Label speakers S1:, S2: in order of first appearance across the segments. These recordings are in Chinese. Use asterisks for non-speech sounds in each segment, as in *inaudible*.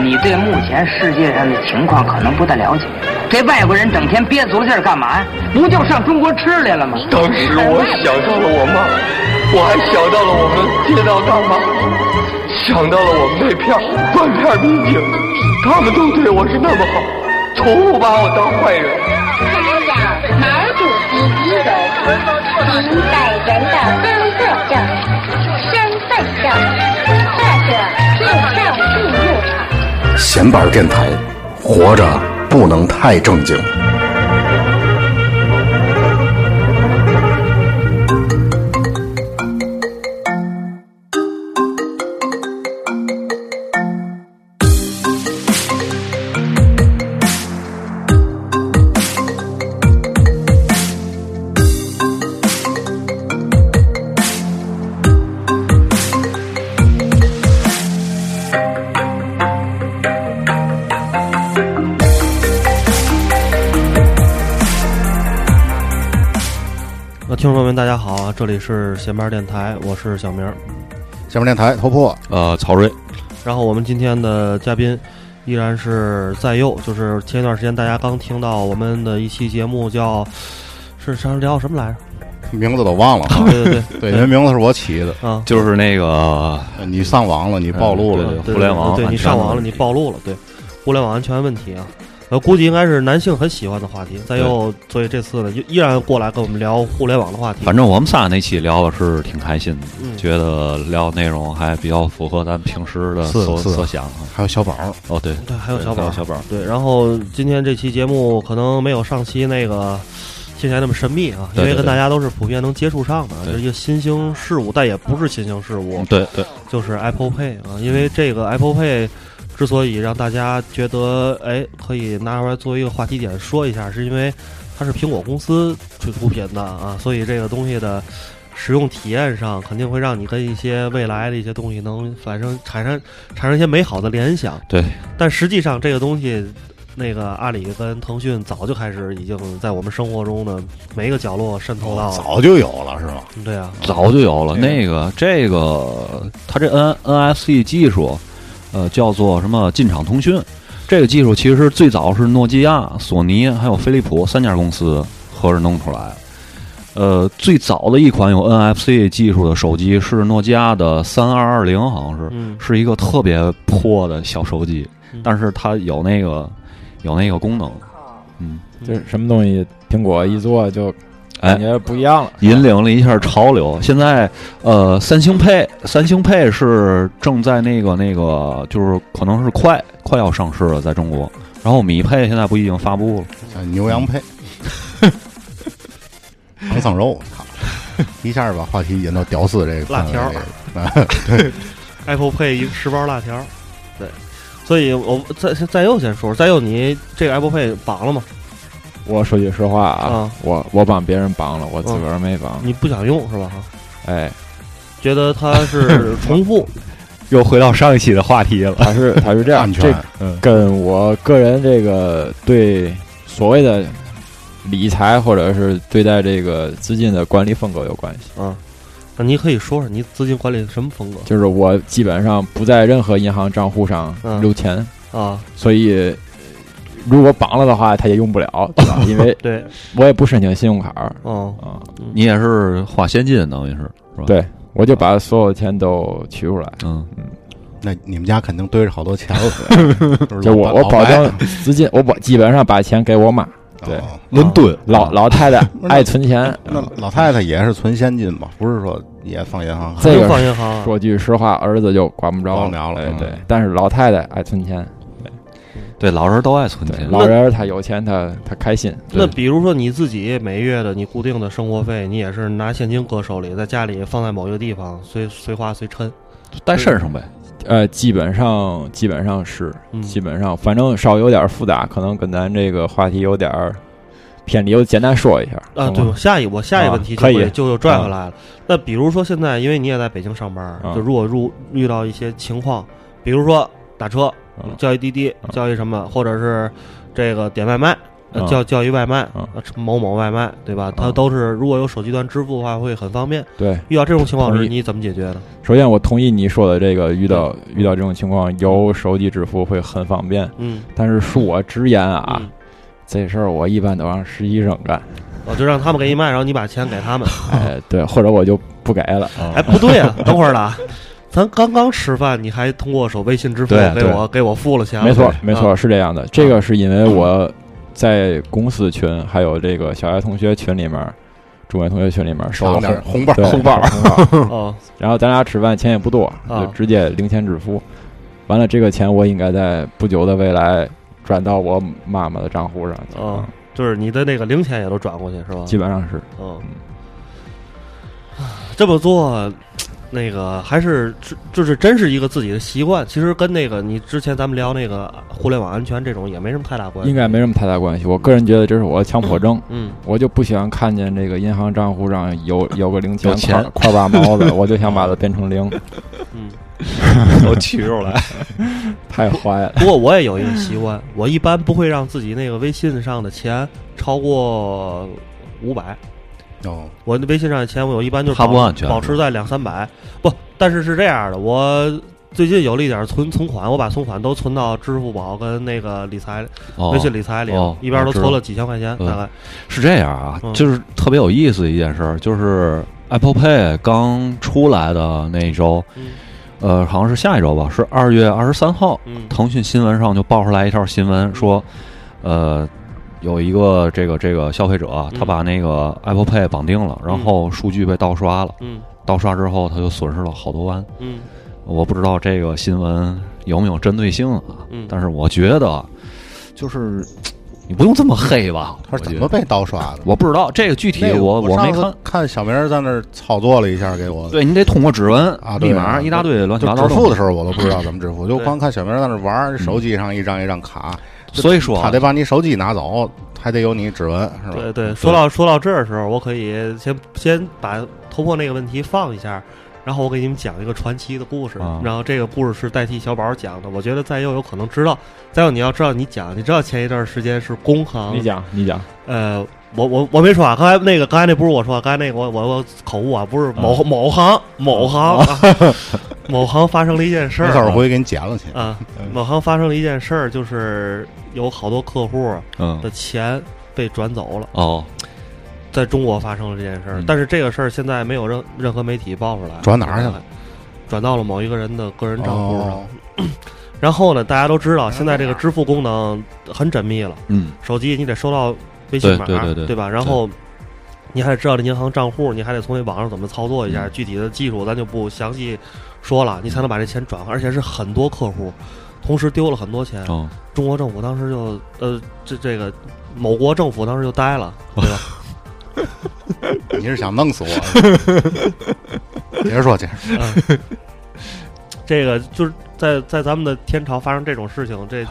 S1: 你对目前世界上的情况可能不太了解。这外国人整天憋足了劲儿干嘛呀？不就上中国吃来了吗？
S2: 当时我想到了我妈，我还想到了我们街道大妈，想到了我们那片儿断片儿民警，他们都对我是那么好，从不把我当坏人。
S3: 家长毛主席遗容，您本人的身份证，身份证，或者护照进入。
S4: 闲板电台，活着不能太正经。
S5: 那听众朋友们，大家好啊！这里是闲班电台，我是小明儿。
S6: 下面电台头破，
S7: 呃，曹睿，
S5: 然后我们今天的嘉宾依然是在右，就是前一段时间大家刚听到我们的一期节目叫是上聊什么来着？ *laughs*
S6: 名字都忘了啊。
S4: *laughs*
S5: 对对
S6: 对，因为名字是我起的。
S5: 对，啊，
S7: 就是那个
S6: 你上网了，你暴露
S7: 对
S6: 了
S7: 对， *laughs* 互联网啊
S5: 对
S7: 安
S5: 你
S7: 全
S5: 上
S7: 问
S5: 网了，
S7: 题
S5: 你暴露了，对互联网安全问题啊。呃，估计应该是男性很喜欢的话题。再右，所以这次呢，依依然过来跟我们聊互联网的话题。
S7: 反正我们仨那期聊的是挺开心的，
S5: 嗯
S7: 觉得聊内容还比较符合咱平时的
S6: 是
S7: 所
S6: 是
S7: 所想啊。
S6: 还有小宝，
S7: 哦，对，
S5: 对，还有
S7: 对
S5: 小宝
S7: 还
S5: 儿
S7: 有，小宝儿，
S5: 对，然后今天这期节目可能没有上期那个听起来那么神秘啊，因
S7: 对
S5: 为
S7: 对
S5: 跟
S7: 对
S5: 大家都是普遍能接触上的，
S7: 对
S5: 这是一个新兴事物，但也不是新兴事物，
S7: 嗯对对，
S5: 就是 Apple Pay 啊，因为这个 Apple Pay 之所以让大家觉得哎可以拿出来作为一个话题点说一下，是因为它是苹果公司出出品的啊，所以这个东西的。使用体验上肯定会让你跟一些未来的一些东西能反生产生产生一些美好的联想，
S7: 对，
S5: 但实际上这个东西，那个阿里跟腾讯早就开始已经在我们生活中的每一个角落渗透到了。
S6: 哦早就有了是吗？
S5: 对啊，
S7: 早就有了。
S6: 对
S7: 那个这个，它这 N NFC 技术，呃，叫做什么进场通讯。这个技术其实最早是诺基亚、索尼还有飞利浦三家公司合着弄出来的。呃，最早的一款有 NFC 技术的手机是诺基亚的三二二零，好像是，
S5: 嗯，
S7: 是一个特别破的小手机
S5: 嗯，
S7: 但是它有那个有那个功能，嗯，
S8: 就是什么东西，苹果一做就感
S7: 哎，
S8: 觉不一样了。
S7: 引领了一下潮流。现在，呃，三星配，三星配是正在那个那个，就是可能是快快要上市了，在中国。然后米配现在不已经发布了？
S6: 像牛
S4: *laughs*
S6: 羊配，唐僧肉，我操！一下把话题引到屌丝这个
S5: 辣条
S6: 条，
S5: Apple Pay 一十包辣条，对，所以我再再又先说，再又你这个 Apple Pay 绑了吗？
S8: 我说句实话
S5: 啊
S8: 啊，我我帮别人帮了，我自个儿没帮。
S5: 你不想用是吧？
S8: 哎，
S5: 觉得它是重复，
S7: 又回到上一期的话题了。
S8: 他是他是这样，
S6: 安全
S8: 这跟我个人这个对所谓的理财或者是对待这个资金的管理风格有关系。
S5: 那你可以说说你资金管理什么风格
S8: 就是我基本上不在任何银行账户上
S5: 嗯
S8: 留钱，
S5: 啊？
S8: 所以。如果绑了的话，他也用不了，对吧？因为
S5: 对，
S8: 我也不申请信用卡儿
S5: 哦，
S8: 啊，
S7: 你也是花现金，等于是是吧？
S8: 对我就把所有钱都取出来。
S7: 嗯，
S6: 那你们家肯定堆着好多钱
S4: *laughs*
S6: 了，就
S8: 就是我
S6: 老
S8: 我
S6: 老
S8: 保
S6: 白
S8: 证资金，我保基本上把钱给我妈。对
S6: 哦
S7: 伦敦
S8: 老老
S5: *laughs*
S8: 太太
S6: 那
S8: 爱存钱，
S6: 那老太太也是存现金吧？不是说也放银行？
S8: 这
S5: 不
S8: 个
S5: 用放银行啊，
S8: 说句实话，儿子就管不着
S6: 管不着了
S8: 哎
S6: 嗯
S8: 对，但是老太太爱存钱，
S7: 对老人都爱存
S8: 对，
S7: 钱，
S8: 老人儿他有钱，他他开心。
S5: 那比如说你自己每月的你固定的生活费，你也是拿现金搁手里，在家里放在某一个地方，随随花随抻。
S7: 带身上呗。
S8: 呃，基本上基本上是，
S5: 嗯，
S8: 基本上反正稍微有点复杂，可能跟咱这个话题有点儿偏离，我简单说一下
S5: 啊，
S8: 行
S5: 对，
S8: 吗
S5: 我下一我下一个问题就
S8: 啊可以
S5: 会就又拽回来了。那比如说现在，因为你也在北京上班，
S8: 啊
S5: 就如果入遇到一些情况，比如说打车
S8: 啊、
S5: 叫一滴滴
S8: 啊、
S5: 叫一什么，或者是这个点外卖，呃
S8: 啊
S5: 叫叫一外卖，
S8: 啊
S5: 呃某某外卖，对吧？它
S8: 啊
S5: 都是如果有手机端支付的话，会很方便。
S8: 对，
S5: 遇到这种情况
S8: 同
S5: 时，
S8: 意
S5: 你怎么解决的？
S8: 首先我同意你说的这个，遇到遇到这种情况，有手机支付会很方便。
S5: 嗯
S8: 但是恕我直言啊，
S5: 嗯
S8: 这事儿我一般都让实习生干，
S5: 我哦就让他们给你卖，然后你把钱给他们。
S8: 哎，对，或者我就不给了。
S5: 哎，不对啊，等会儿了啊，咱刚刚吃饭，你还通过手微信支付
S8: 对啊
S5: 给
S8: 对
S5: 我给我付了啊钱，
S8: 没错
S5: 对，
S8: 没错，，是这样的。这个是因为我在公司群，还有这个小学同学群里面，中学同学群里面收
S6: 赏
S8: 了
S6: 点红
S8: 红
S6: 包
S5: *laughs*
S8: 对，红包，
S5: 啊哦，
S8: 然后咱俩吃饭钱也不多，
S5: 啊
S8: 就直接零钱支付。完了，这个钱我应该在不久的未来转到我妈妈的账户上去。
S5: 哦就是你的那个零钱也都转过去是吧？
S8: 嗯基本上是
S5: 嗯，这么做，那个还是就就是真是一个自己的习惯。其实跟那个你之前咱们聊那个互联网安全这种也没什么太大关系。
S8: 应该没什么太大关系。我个人觉得这是我的强
S5: *laughs*
S8: 迫症，
S5: 嗯，
S8: 我就不喜欢看见这个银行账户上有有个零钱
S7: 有钱
S8: 块块八毛的， *laughs* 我就想把它变成零，
S5: 嗯
S7: 我取出来。
S8: 太坏了。
S5: 不过我也有一个习惯，我一般不会让自己那个微信上的钱超过五百。
S6: 哦，
S5: 我那微信上的钱，我一般就是
S7: 怕
S5: 保
S7: 不安全
S5: 保持在两三百。不，但是是这样的，我最近有了一点存存款，我把存款都存到支付宝跟那个理财、
S7: 哦
S5: 微信理财里，
S7: 哦
S5: 一边都
S7: 我知道
S5: 存了几千块钱，
S7: 嗯
S5: 大概。
S7: 是这样啊
S5: 嗯，
S7: 就是特别有意思的一件事儿，就是 Apple Pay 刚出来的那一周，
S5: 嗯
S7: 呃，好像是下一周吧，是二月二十三号，
S5: 嗯
S7: 腾讯新闻上就爆出来一条新闻，说，呃，有一个这个这个消费者啊，他
S5: 嗯
S7: 把那个 Apple Pay 绑定了，然后数据被盗刷了，
S5: 嗯
S7: 盗刷之后他就损失了好多万。
S5: 嗯
S7: 我不知道这个新闻有没有针对性啊，
S5: 嗯
S7: 但是我觉得，就是你不用这么黑吧？
S6: 他是
S7: 我
S6: 怎
S7: 觉
S6: 么
S7: 得
S6: 被盗刷的？
S7: 我不知道这个具体
S6: 那个
S7: 我
S6: 我
S7: 没
S6: 上次
S7: 看，
S6: 看小明儿在那儿操作了一下，给我
S7: 对你得通过指纹
S6: 啊对
S7: 密
S6: 啊
S7: 码一大堆乱七
S6: 就
S7: 八糟
S6: 支付的时
S7: 候，
S6: 候我都不知道怎么支付，就
S5: 对
S6: 光看小明儿在那儿玩儿，手机上一张一张卡，
S7: 所以说
S6: 他得把你手机拿走，还得有你指纹，是吧？
S5: 对
S7: 嗯
S5: 对，说到说到这儿的时候，我可以先先把头破那个问题放一下，然后我给你们讲一个传奇的故事。
S7: 啊
S5: 然后这个故事是代替小宝讲的，我觉得再佑有可能知道。再佑，你要知道，你讲，你知道前一段时间是工行
S8: 你，讲，你讲，
S5: 呃，我我我没说啊，刚才那个刚才那不是我说啊，刚才那个我我我口误啊，不是某、某行某行、啊 *laughs* 某行发生了一件事
S6: 没
S5: 儿
S6: 事儿我回去给你剪了去。
S5: 啊，某行发生了一件事儿，就是有好多客户
S7: 嗯
S5: 的钱被转走了。
S7: 哦，
S5: 在中国发生了这件事儿，
S7: 嗯
S5: 但是这个事儿现在没有任任何媒体爆出来，
S6: 转哪儿去了？
S5: 转到了某一个人的个人账户上。
S6: 哦，
S5: 然后呢，大家都知道现在这个支付功能很缜密了，
S7: 嗯，
S5: 手机你得收到微信码，
S7: 对对对对
S5: 吧？然后你还得知道这银行账户，你还得从那网上怎么操作一下，
S7: 嗯
S5: 具体的技术咱就不详细说了，你才能把这钱转回，而且是很多客户同时丢了很多钱。
S7: 哦，
S5: 中国政府当时就呃，这这个某国政府当时就呆了，
S7: 哦
S5: 对吧？
S6: 你是想弄死我是 *laughs* 吧？接着说，接着说
S5: 嗯 *laughs* 这个就是在在咱们的天朝发生这种事情，
S7: *laughs*
S5: 这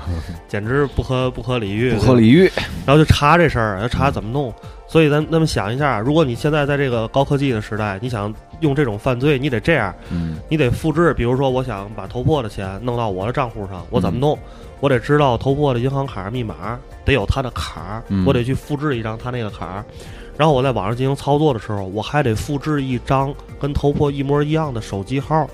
S5: 简直不可不可理喻，
S7: 不可理喻，
S5: 对吧。然后就查这事儿，要查怎么弄。所以咱咱们想一下，啊如果你现在在这个高科技的时代，你想用这种犯罪，你得这样，
S7: 嗯
S5: 你得复制。比如说，我想把头破的钱弄到我的账户上，我
S7: 嗯
S5: 怎么弄？我得知道头破的银行卡密码，得有他的卡儿
S7: 嗯，
S5: 我得去复制一张他那个卡儿。然后我在网上进行操作的时候，我还得复制一张跟头破一模一样的手机号，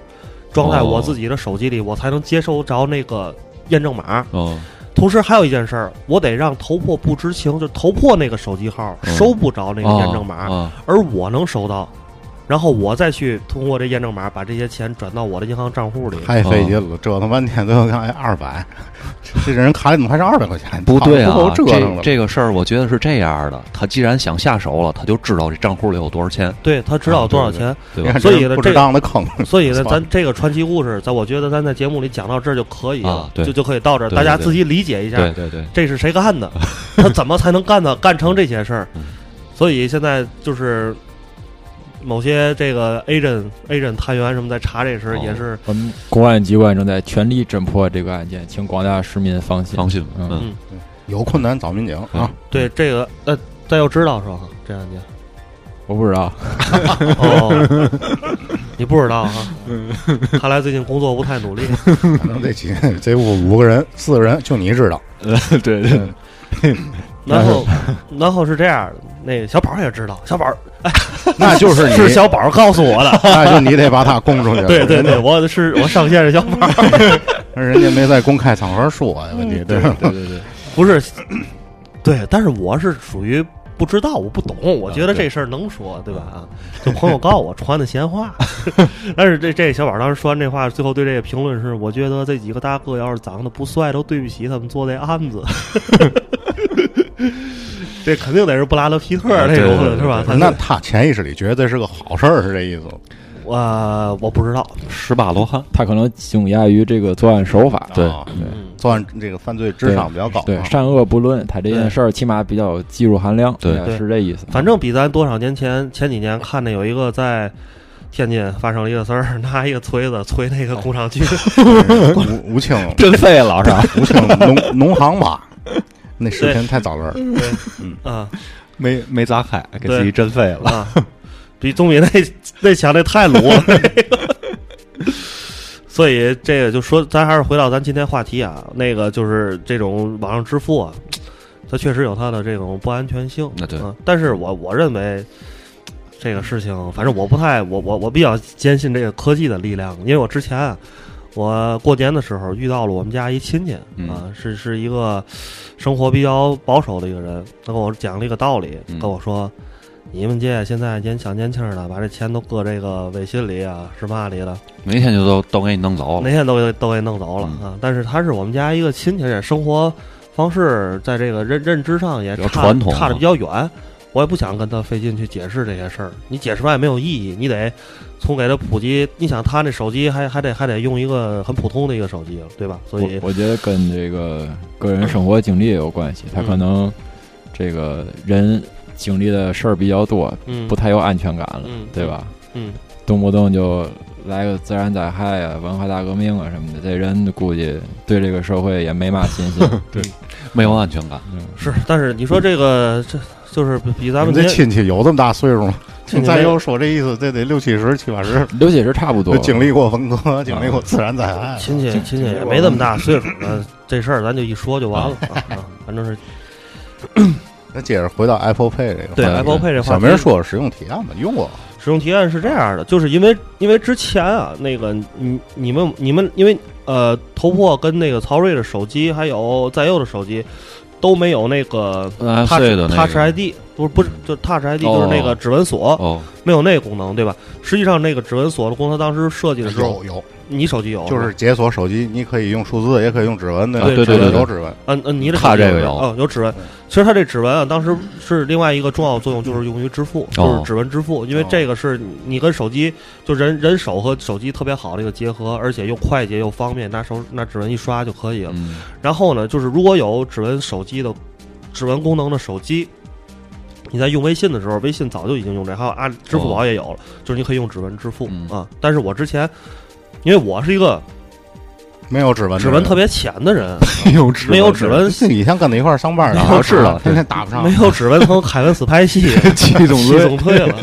S5: 装在
S7: 哦
S5: 我自己的手机里，我才能接收着那个验证码。
S7: 哦，
S5: 同时还有一件事儿，我得让头破不知情，就头破那个手机号
S7: 嗯
S5: 收不着那个验证码，
S7: 啊，
S5: 而我能收到，然后我再去通过这验证码把这些钱转到我的银行账户里。
S6: 太费劲了，折腾半天，最后看哎二百，这人卡里怎么还剩二百块钱？
S7: 不对啊
S6: 操，不够折腾
S7: 这
S6: 了。
S7: 这个事儿我觉得是这样的，他既然想下手了，他就知道这账户里有多少钱，
S5: 对他知道多少钱，
S7: 啊对
S6: 你
S7: 吧？
S6: 看
S5: 所以
S6: 这是
S5: 呢
S6: 不
S5: 这
S6: 值当的坑，
S5: *laughs* 所以
S7: *laughs*
S5: 呢，
S6: 操
S5: 咱这个传奇故事，在我觉得咱在节目里讲到这儿就可以了，
S7: 啊对
S5: 就就可以到这儿，
S7: 对对
S5: 大家
S7: 对
S5: 自己理解一下。
S7: 对对对，
S5: 这是谁干
S7: *laughs*
S5: 的？他怎么才能干到干成这些事儿？
S7: 嗯
S5: 所以现在就是某些这个 agent agent 探员什么在查这事，
S7: 哦
S5: 也是、
S8: 我们公安机关正在全力侦破这个案件，请广大市民放心。
S7: 放心，
S8: 嗯
S7: 嗯，
S6: 有困难找民警啊！
S5: 对这个呃，咱要知道是吧？这案件
S8: 我不知道，
S5: 哦，你不知道啊？看来最近工作不太努力。 *laughs*
S8: *laughs*
S6: 反正这几这屋五个人，四个人，就你知道。
S7: 对对，
S5: *laughs* 然后，然后是这样的，那个小宝也知道，小宝
S6: 那就是你，
S5: 是小宝告诉我的。
S6: 那就你得把他供出去。
S5: *laughs* 对对对，我是我上线是小宝，
S6: 人家没在公开场合说啊，问
S5: 嗯
S6: 题对吧？
S8: 对对对，
S5: 不是， *coughs* 对，但是我是属于不知道，我不懂，我觉得
S7: 啊对嗯
S5: 这事儿能说，对吧？啊，就朋友告诉我传的闲
S7: *laughs*
S5: 话，但是这这小宝当时说完这话，最后对这个评论是，我觉得这几个大哥要是长得不帅，都对不起他们做这案
S7: *laughs*
S5: 子。这肯定得是布拉德皮特那
S7: 对对
S5: 种
S7: 啊对对
S5: 的是吧？他
S6: 那他潜意识里觉得是个好事儿，是这意思吗？
S5: 我、呃我不知道，
S7: 十八罗汉，
S8: 他可能惊讶于这个作案手法，
S7: 对
S6: 啊
S5: 嗯
S6: 作案这个犯罪智商比较高啊。
S8: 对善恶不论，他这件事儿起码比较有技术含量，
S7: 对
S8: 哎
S5: 对
S8: 是这意思。
S5: 反正比咱多少年前前几年看的有一个在天津发生了一个事儿，拿一个锤子锤那个工厂区，
S6: 吴吴
S5: *laughs*
S6: 清，
S7: 真废了是吧？
S6: 吴清农农行吧，那视频太早了，
S5: *laughs*
S7: 嗯
S5: 啊
S7: 没没砸开，给
S5: 对
S7: 自己真废了。
S5: 啊，比总比那那强那太鲁了。 *laughs* 那个所以这个就说，咱还是回到咱今天话题啊，那个就是这种网上支付啊，它确实有它的这种不安全性。
S7: 那对
S5: 啊但是我我认为这个事情，反正我不太，我我我比较坚信这个科技的力量，因为我之前啊，我过年的时候遇到了我们家一亲戚
S7: 嗯
S5: 啊，是是一个生活比较保守的一个人，他跟我讲了一个道理，
S7: 嗯
S5: 跟我说。你们这现在年小年轻的，把这钱都搁这个微信里啊，是嘛里了，
S7: 明天就都都给你弄走了
S5: 那。天都给都给弄走了、
S7: 哦嗯
S5: 啊。但是他是我们家一个亲戚，生活方式在这个认认知上也
S7: 比
S5: 差
S7: 较传统
S5: 差的比较远。我也不想跟他费劲去解释这些事儿，你解释完也没有意义。你得从给他普及，你想他那手机还还得还得用一个很普通的一个手机，对吧？所
S8: 我
S5: 以
S8: 我觉得跟这个个人生活经历也有关系，他
S5: 嗯
S8: 可能这个人经历的事儿比较多，
S5: 嗯
S8: 不太有安全感了，
S5: 嗯
S8: 对吧？
S5: 嗯
S8: 动不动就来个自然灾害啊、文化大革命啊什么的，这人估计对这个社会也没嘛信
S5: *laughs*
S8: 心。
S7: 没有安全感，
S5: 是，但是你说这个这就是比比咱
S6: 你
S5: 们
S6: 这
S5: 年
S6: 亲戚有这么大岁数吗？
S5: 亲戚
S6: 咱又说这意思，这得六七十、七八十，
S8: 刘姐是差不多
S6: 就，经历过文革，经历过自然灾害。
S5: 亲戚亲戚也没这么大岁数了，这事儿咱就一说就完了啊啊，反正是
S6: 那接着回到 Apple Pay 这个话题，
S5: 对 Apple Pay 这话题
S6: 小明说使用体验吧，用过
S5: 使用提案是这样的，就是因为因为之前啊，那个你你们你们因为呃，头破跟那个曹睿的手机还有在右的手机都没有那个
S7: NFC
S5: Touch
S7: 呃的那个
S5: Touch ID，不是不是就 Touch ID
S7: 哦
S5: 就是那个指纹锁，
S7: 哦，
S5: 没有那个功能，对吧？实际上那个指纹锁的功能当时设计的时候，
S6: 有有，
S5: 你手机有
S6: 就是解锁手机，你可以用数字，也可以用指纹，对吧
S5: 啊对对
S7: 对对
S6: 有指纹。
S5: 嗯嗯，你的
S7: 看
S5: 手机
S7: 这个
S5: 有
S7: 有
S5: 哦，有指纹。其实它这指纹啊，当时是另外一个重要作用，就是用于支付，就
S7: 哦
S5: 是指纹支付，因为
S6: 哦
S5: 这个是你你跟手机就人人手和手机特别好的一个结合，而且又快捷又方便，拿手拿指纹一刷就可以了。
S7: 嗯，
S5: 然后呢，就是如果有指纹手机的指纹功能的手机，你在用微信的时候，微信早就已经用这，还有啊，支付宝也有了，就是你可以用指纹支付、
S7: 哦嗯
S5: 啊。但是我之前，因为我是一个
S6: 没有指纹的人，
S5: 指纹特别浅的
S7: *laughs*
S5: 人，
S7: 有指
S5: 没有指纹
S6: 是以前跟他一块儿上班的，啊
S7: 我知道
S6: 天天打不上
S5: 没。有指纹从凯文斯拍戏，
S7: 啊 *laughs* 七种
S5: 系
S7: 论
S5: 总退了。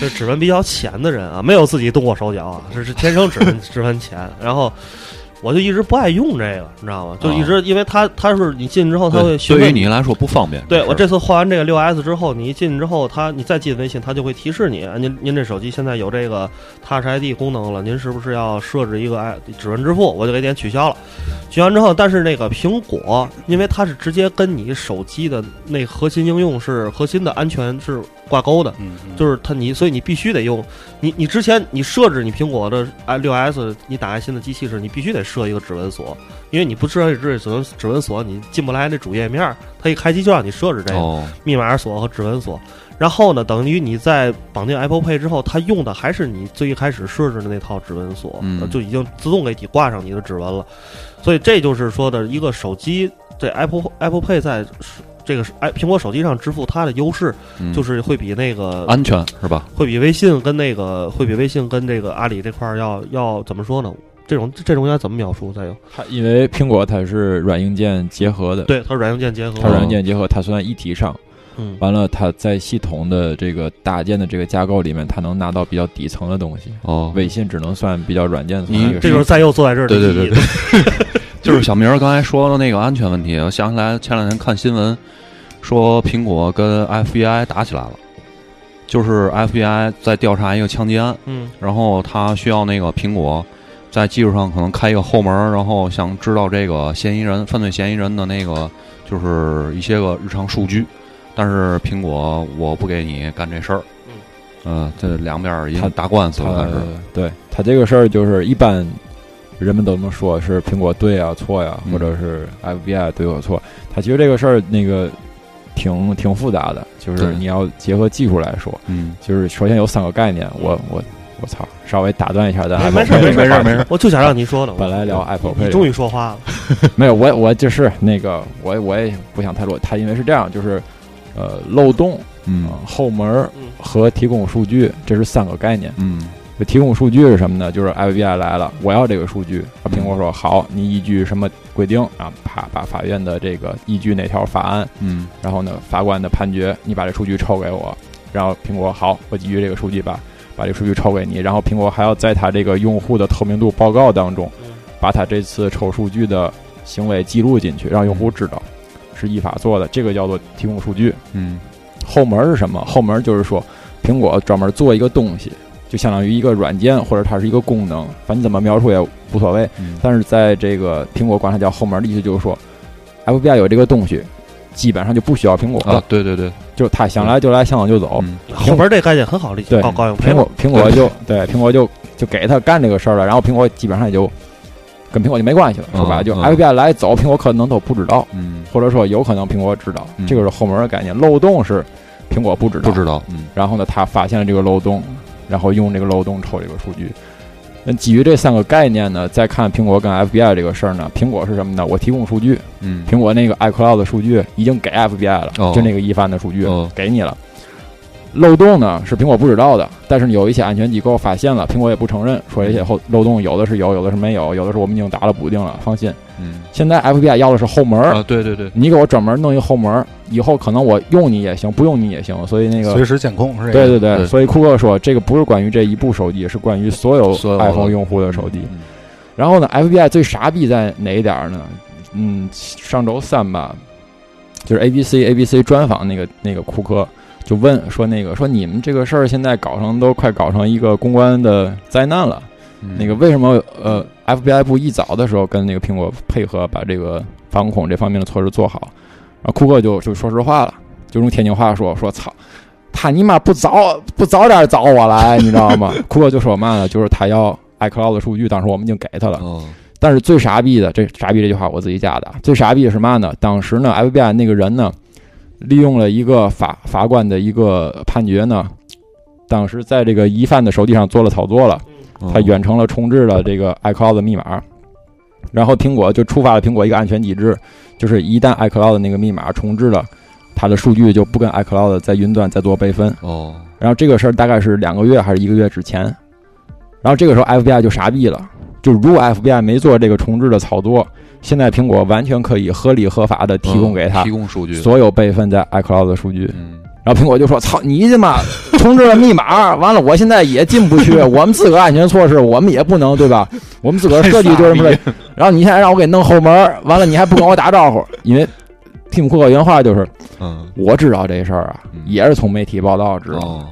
S5: 这指纹比较浅的人啊，没有自己动过手脚啊，这是天生指纹指纹浅。然后我就一直不爱用这个，你知道吗？就一直因为它它是你进之后它会询
S7: 啊对于
S5: 问
S7: 你来说不方便。
S5: 对我
S7: 是
S5: 这次换完这个六 S 之后，你一进之后，它你再进微信，它就会提示你，啊您您这手机现在有这个 Touch ID 功能了，您是不是要设置一个哎指纹支付？我就给点取消了。取完之后，但是那个苹果，因为它是直接跟你手机的那核心应用是核心的安全是挂钩的，
S6: 嗯，嗯
S5: 就是它你，所以你必须得用你你之前你设置你苹果的哎六 S，你打开新的机器时，你必须得设一个指纹锁，因为你不设置指纹指纹锁，你进不来那主页面儿，它一开机就让你设置这个、
S7: 哦，
S5: 密码锁和指纹锁。然后呢，等于你在绑定 Apple Pay 之后，它用的还是你最一开始设置的那套指纹锁，
S7: 嗯
S5: 呃就已经自动给你挂上你的指纹了。所以这就是说的一个手机，这 Apple Apple Pay 在这个哎苹果手机上支付它的优势，
S7: 嗯啊
S5: 就是会比那个
S7: 安全是吧？
S5: 会比微信跟那个会比微信跟这个阿里这块儿要要怎么说呢？这种这种应该怎么描述？再有，
S8: 它因为苹果它是软硬件结合的，
S5: 对，它哦是软硬件结合
S8: 它，软硬件结合，它算一体上。
S5: 嗯，
S8: 完了，它在系统的这个搭建的这个架构里面，它能拿到比较底层的东西。
S7: 哦，
S8: 微信只能算比较软件层
S7: 你
S8: 的一个
S5: 这
S8: 事
S5: 就
S8: 情。
S5: 是再又坐在这儿的
S7: 对对
S5: 意义
S7: 对就是小明儿刚才说的那个安全问题，我想起来前两天看新闻，说苹果跟 FBI 打起来了，就是 FBI 在调查一个枪击案，
S5: 嗯
S7: 然后他需要那个苹果在技术上可能开一个后门儿，然后想知道这个嫌疑人、犯罪嫌疑人的那个就是一些个日常数据，但是苹果我不给你干这事儿。
S5: 嗯，
S7: 呃，这两边儿已经打官司了，
S8: 他
S5: 呃
S7: 但是
S8: 对他这个事儿，就是一般人们都能说是苹果对啊错呀、
S7: 嗯
S8: 或者是 FBI 对或错。他其实这个事儿那个挺挺复杂的，就是
S7: 对
S8: 你要结合技术来说，
S7: 嗯，
S8: 就是首先有三个概念，我我我操，稍微打断一下咱
S5: 没
S8: Apple
S5: 没事没
S8: Pay 这
S5: 事
S8: 个话题
S5: 没事，我就想让你说的。
S8: *laughs* 本来聊 Apple
S5: 你
S8: Pay，
S5: 终于说话 *laughs* 了，
S8: 没有我我就是那个我我也不想太多，他因为是这样，就是呃漏洞、
S7: 嗯
S8: 呃后门儿
S5: 嗯
S8: 和提供数据，这是三个概念。
S7: 嗯
S8: 就提供数据是什么呢？就是 FBI 来了，我要这个数据。啊，苹果说好，你依据什么规定啊？啪，把法院的这个依据哪条法案，
S7: 嗯
S8: 然后呢，法官的判决，你把这数据抽给我。然后苹果好，我基于这个数据把把这数据抽给你。然后苹果还要在它这个用户的透明度报告当中
S5: 嗯，
S8: 把它这次抽数据的行为记录进去，让用户知道是依法做的。这个叫做提供数据。
S7: 嗯
S8: 后门是什么？后门就是说，苹果专门做一个东西，就相当于一个软件或者它是一个功能，反正你怎么描述也无所谓。
S7: 嗯
S8: 但是在这个苹果管它叫后门的意思就是说，FBI 有这个东西，基本上就不需要苹果了，
S7: 啊，对对对，
S8: 就他想来就来，想走就走。
S7: 嗯
S5: 后边这概念很好理解。
S8: 对
S5: 高高永培
S8: 苹果苹果就对苹果就就给他干这个事儿了，然后苹果基本上也就跟苹果就没关系了，说白了就
S7: 嗯嗯
S8: FBI 来走，苹果可能都不知道，
S7: 嗯，
S8: 或者说有可能苹果知道，
S7: 嗯
S8: 这个是后门的概念，漏洞是苹果不知道，
S7: 不知道，嗯
S8: 然后呢，他发现了这个漏洞，然后用这个漏洞抽这个数据。那基于这三个概念呢，再看苹果跟 FBI 这个事儿呢，苹果是什么呢？我提供数据，
S7: 嗯，
S8: 苹果那个 iCloud 的数据已经给 FBI 了，
S7: 哦
S8: 就那个一帆的数据、
S7: 哦
S8: 给你了。漏洞呢是苹果不知道的，但是有一些安全机构发现了，苹果也不承认，说这些后漏洞有的是有，有的是没有，有的是我们已经打了补丁了，放心。
S7: 嗯
S8: 现在 FBI 要的是后门儿，
S7: 啊，对对对，
S8: 你给我专门弄一个后门儿，以后可能我用你也行，不用你也行，所以那个
S6: 嗯随时监控是这个。
S8: 对对对，
S7: 对
S8: 所以库克说，这个不是关于这一部手机，是关于所有
S7: 所有的
S8: iPhone 用户的手机。
S7: 嗯
S8: 然后呢，FBI 最傻逼在哪一点儿呢？嗯，上周三吧，就是 ABC ABC 专访那个那个库克就问说那个说你们这个事儿现在搞成都快搞成一个公关的灾难了，
S7: 嗯
S8: 那个为什么呃 FBI 部一早的时候跟那个苹果配合把这个反恐这方面的措施做好，然后库克就就说实话了，就用天津话说说操。他尼玛不早不早点找我来，你知道吗？ *laughs* 库克就说嘛呢，就是他要 iCloud 的数据，当时我们已经给他了。
S7: 哦
S8: 但是最傻逼的，这傻逼这句话我自己加的啊。最傻逼的是嘛呢？当时呢，FBI 那个人呢，利用了一个法法官的一个判决呢，当时在这个疑犯的手机上做了操作了。
S7: 哦
S8: 它远程了重置了这个 iCloud 的密码，然后苹果就触发了苹果一个安全机制，就是一旦 iCloud 的那个密码重置了，它的数据就不跟 iCloud 在云端再做备份。
S7: 哦，
S8: 然后这个事儿大概是两个月还是一个月之前，然后这个时候 FBI 就傻逼了，就如果 FBI 没做这个重置的操作，现在苹果完全可以合理合法的提供给
S7: 嗯
S8: 他
S7: 提。供数据，
S8: 所有备份在 iCloud 的数据，
S7: 嗯
S8: 然后苹果就说：“操你他妈重置了密码，完了我现在也进不去，我们自个儿安全措施我们也不能对吧？我们自个儿设计就是这么的。然后你现在让我给弄后门儿，完了你还不跟我打招呼，因为蒂姆库克原话就是
S7: 嗯，
S8: 我知道这事儿啊
S7: 嗯，
S8: 也是从媒体报道知道，
S7: 哦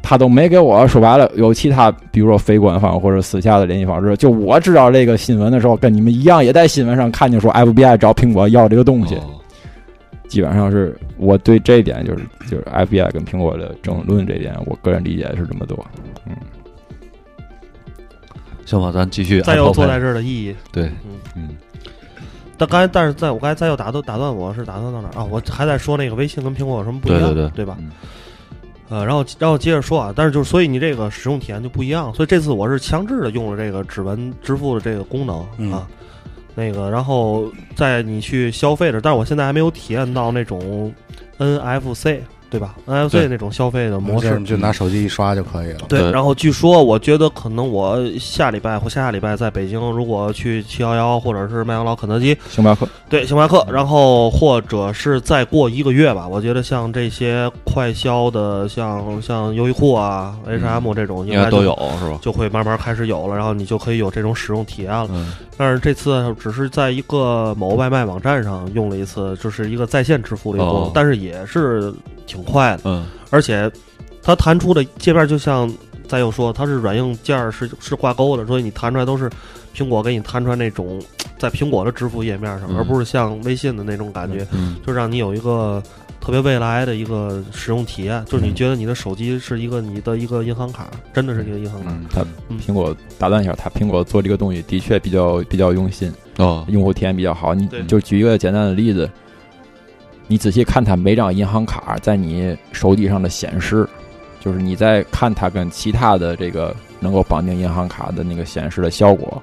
S8: 他都没给我说白了有其他比如说非官方或者私下的联系方式，就我知道这个新闻的时候跟你们一样，也在新闻上看见说 FBI 找苹果要这个东西。
S7: 哦
S8: 基本上是我对这一点就是就是 FBI 跟苹果的争论这一点，我个人理解是这么多。
S7: 行吧，咱继续 Apple
S5: 再
S7: Pay。
S5: 有坐哎在这儿的意义。
S7: 对
S5: 嗯，
S7: 嗯
S5: 但刚才，但是在我刚才再又打断打断我是打断到哪儿啊？我还在说那个微信跟苹果有什么不一
S7: 对
S5: 样，
S7: 对对，
S5: 吧？
S7: 嗯？
S5: 呃，然后然后接着说啊，但是就是所以你这个使用体验就不一样，所以这次我是强制的用了这个指纹支付的这个功能、
S6: 嗯
S5: 啊，那个然后在你去消费的，但是我现在还没有体验到那种 NFC 对吧？NFC 那种消费的模
S6: 模
S5: 式
S6: 式，就拿手机一刷就可以了。
S5: 对，
S7: 对
S5: 然后据说，我觉得可能我下礼拜或下下礼拜在北京，如果去七幺幺或者是麦当劳、肯德基，
S8: 星巴克
S5: 对星巴克，然后或者是再过一个月吧，我觉得像这些快消的，像像优衣库啊、H&M 这种，应
S7: 嗯应该
S5: 该
S7: 都
S5: 就
S7: 有是吧？
S5: 就会慢慢开始有了，然后你就可以有这种使用体验了。
S7: 嗯，
S5: 但是这次啊只是在一个某外卖网站上用了一次，就是一个在线支付的一个功能，
S7: 哦
S5: 但是也是挺快的，
S7: 嗯，
S5: 而且它弹出的界面就像再又说，它是软硬件儿是是挂钩的，所以你弹出来都是苹果给你弹出来那种在苹果的支付页面上，
S7: 嗯
S5: 而不是像微信的那种感觉，
S7: 嗯
S5: 就让你有一个。特别未来的一个使用体验，就是你
S7: 嗯
S5: 觉得你的手机是一个你的一个银行卡，真的是一个银行卡。
S7: 嗯，
S8: 它苹果打断一下，它苹果做这个东西的确比较比较用心，
S7: 哦，
S8: 用户体验比较好。你
S5: 对
S8: 就举一个简单的例子，你仔细看它每张银行卡在你手机上的显示，就是你在看它跟其他的这个能够绑定银行卡的那个显示的效果，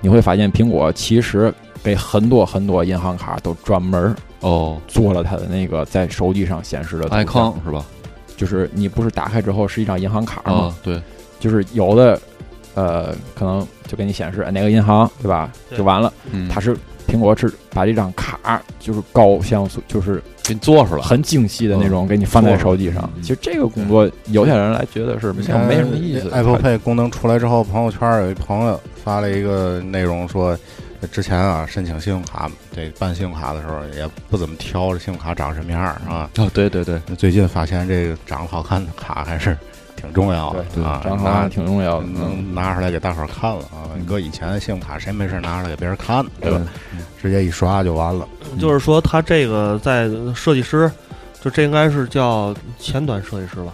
S8: 你会发现苹果其实给很多很多银行卡都专门
S7: 哦
S8: 做了它的那个在手机上显示的图像
S7: ，icon 是吧？
S8: 就是你不是打开之后是一张银行卡吗？
S7: 啊，对，
S8: 就是有的，呃，可能就给你显示哎哪个银行，对吧？
S5: 对
S8: 就完了。
S7: 嗯，
S8: 它是苹果是把这张卡就是高像素，就是
S7: 给你做出来，
S8: 很精细的那种，给你放在手机上。
S7: 嗯
S8: 其实这个工作，有些人来觉得是没有没什么意思。
S6: 呃 Apple Pay 功能出来之后，朋友圈有一朋友发了一个内容说，之前啊申请信用卡，这办信用卡的时候也不怎么挑这信用卡长什么样儿啊。
S7: 啊，对对对，
S6: 最近发现这个长得好看的卡还是挺重要的
S8: 对，
S6: 啊，
S8: 张卡
S6: 拿
S8: 挺重要的。嗯，
S6: 能拿出来给大伙儿看了啊。你搁以前的信用卡谁没事拿出来给别人看呢，对吧？直接一刷就完了。
S7: 嗯
S5: 就是说，他这个在设计师，就这应该是叫前端设计师吧？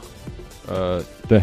S8: 呃，对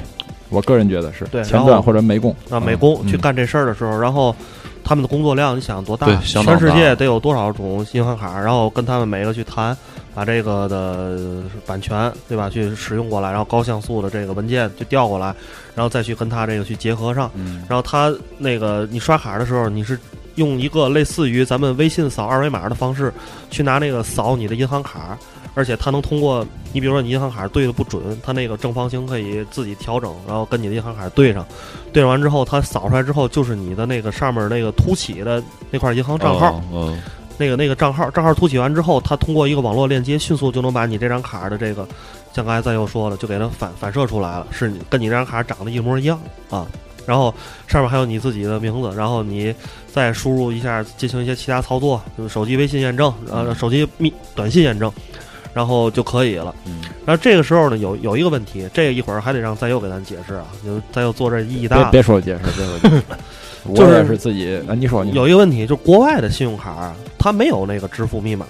S8: 我个人觉得是
S5: 对然
S8: 前
S5: 后
S8: 端或者美工
S5: 啊，美工
S8: 嗯
S5: 去干这事儿的时候，然后他们的工作量，你想多大
S7: 对？相当
S5: 全
S7: 大
S5: 世界得有多少种银行卡？然后跟他们每个去谈，把这个的版权对吧，去使用过来，然后高像素的这个文件去调过来，然后再去跟他这个去结合上。
S7: 嗯，
S5: 然后他那个你刷卡的时候，你是用一个类似于咱们微信扫二维码的方式去拿那个扫你的银行卡，而且它能通过你比如说你银行卡对的不准，它那个正方形可以自己调整，然后跟你的银行卡对上，对完之后它扫出来之后就是你的那个上面那个凸起的那块银行账号，
S7: 哦，
S5: 那个那个账号账号凸起完之后，它通过一个网络链接迅速就能把你这张卡的这个。像刚才再又说了，就给它反反射出来了，是你跟你这张卡长得一模一样啊。然后上面还有你自己的名字，然后你再输入一下，进行一些其他操作，就是手机微信验证，呃，手机密短信验证，然后就可以了。
S7: 嗯
S5: 然后这个时候呢，有有一个问题，这一会儿还得让再佑给咱解释啊，就再佑做这意义
S8: 别
S5: 大。
S8: 别说解释，别说解释。
S5: *laughs* 就
S8: 我
S5: 是
S8: 也是自己啊，你
S7: 嗯
S8: 说你说
S5: 有一个问题，就国外的信用卡啊它没有那个支付密码，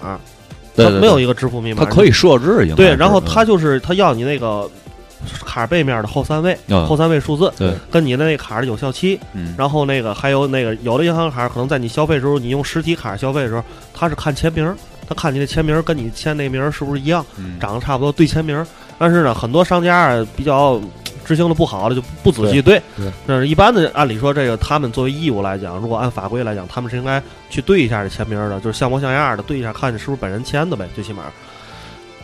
S7: 对
S5: 它
S7: 对，
S5: 没有一个支付密码，
S7: 它可以设置，应该
S5: 对，
S7: 是
S5: 然后它
S7: 嗯
S5: 就是它要你那个卡背面的后三位，
S7: 嗯
S5: 后三位数字，
S7: 对，
S5: 跟你的那卡的有效期，
S7: 嗯，
S5: 然后那个还有那个有的银行卡可能在你消费时候，你用实体卡消费的时候，它是看签名儿，它看你的签名儿跟你签那名儿是不是一样，
S7: 嗯
S5: 长得差不多对签名儿。但是呢，很多商家啊比较执行的不好的就不仔细对
S8: 对对，
S5: 那是一般的。按理说，这个他们作为义务来讲，如果按法规来讲，他们是应该去对一下这签名儿的，就是像模像样儿的对一下，看你是不是本人签的呗，最起码。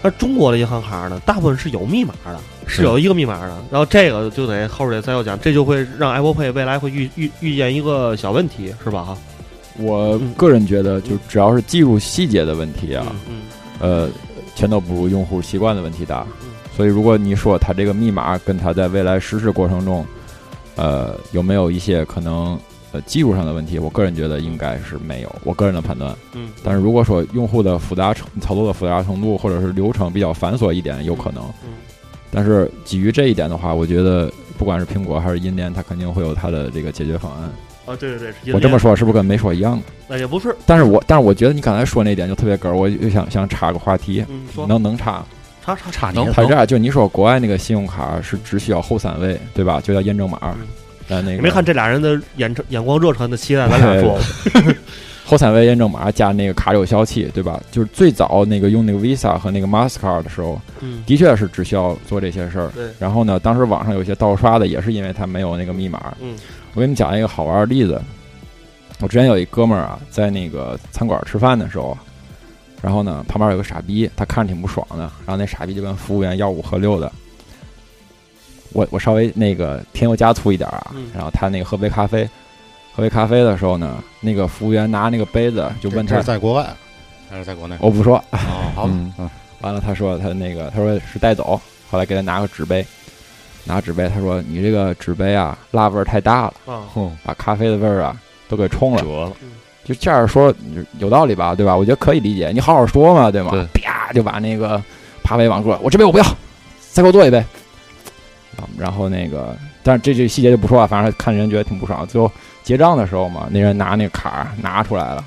S5: 那中国的银行卡呢，大部分是有密码的，是有一个密码的。然后这个就得后边得再要讲，这就会让 Apple Pay 未来会遇遇遇见一个小问题，是吧？哈，
S8: 我个人觉得，就只要是技术细节的问题啊，
S5: 嗯
S8: 呃，全都不如用户习惯的问题大
S5: 嗯。
S8: 所以，如果你说它这个密码跟它在未来实施过程中，呃，有没有一些可能呃技术上的问题，我个人觉得应该是没有，我个人的判断。
S5: 嗯
S8: 但是如果说用户的复杂程操作的复杂程度或者是流程比较繁琐一点，有可能。
S5: 嗯
S8: 但是基于这一点的话，我觉得不管是苹果还是银联，它肯定会有它的这个解决方案。
S5: 嗯，啊，对对对，是
S8: 我这么说是不是跟没说一样？
S5: 那也不是，
S8: 但是我但是我觉得你刚才说那点就特别哏儿，我就想想插个话题，
S5: 嗯，说
S8: 能能插吗？
S5: 查查查
S6: 差你
S8: 他是这样，就你说国外那个信用卡是只需要后三位，对吧？就叫验证码。
S5: 嗯
S8: 呃，那
S5: 你
S8: 个
S5: 没看这俩人的眼眼光热忱的期待，咱俩
S7: *laughs*
S5: 说，
S8: 后三位验证码加那个卡有效期，对吧？就是最早那个用那个 Visa 和那个 Mastercard 的时候，
S5: 嗯，
S8: 的确是只需要做这些事儿。
S5: 对
S8: 然后呢，当时网上有些盗刷的，也是因为他没有那个密码。
S5: 嗯，
S8: 我给你讲一个好玩的例子。我之前有一哥们儿啊，在那个餐馆吃饭的时候，然后呢，旁边有个傻逼，他看着挺不爽的，然后那傻逼就跟服务员要五喝六的。我我稍微那个添油加醋一点啊
S5: 嗯，
S8: 然后他那个喝杯咖啡，喝杯咖啡的时候呢，那个服务员拿那个杯子就问
S6: 这
S8: 他
S6: 是，在国外还是在
S8: *laughs*
S6: 国内？
S8: 我不说，
S6: 哦，好吧，
S7: 嗯
S6: 嗯
S8: 完了，他说他那个，他说是带走，后来给他拿个纸杯，拿纸杯，他说你这个纸杯啊，辣味儿太大了，
S5: 啊，
S7: 哼，
S8: 把咖啡的味儿啊都给冲了。
S7: 了，
S8: 就这样说你就有道理吧，对吧？我觉得可以理解，你好好说嘛，对吗？
S7: 对
S8: 啪就把那个帕杯往过来，我这杯我不要，再给我做一杯。啊，然后那个，但是这这细节就不说了，反正看人觉得挺不爽。最后结账的时候嘛，那人拿那个卡儿拿出来了，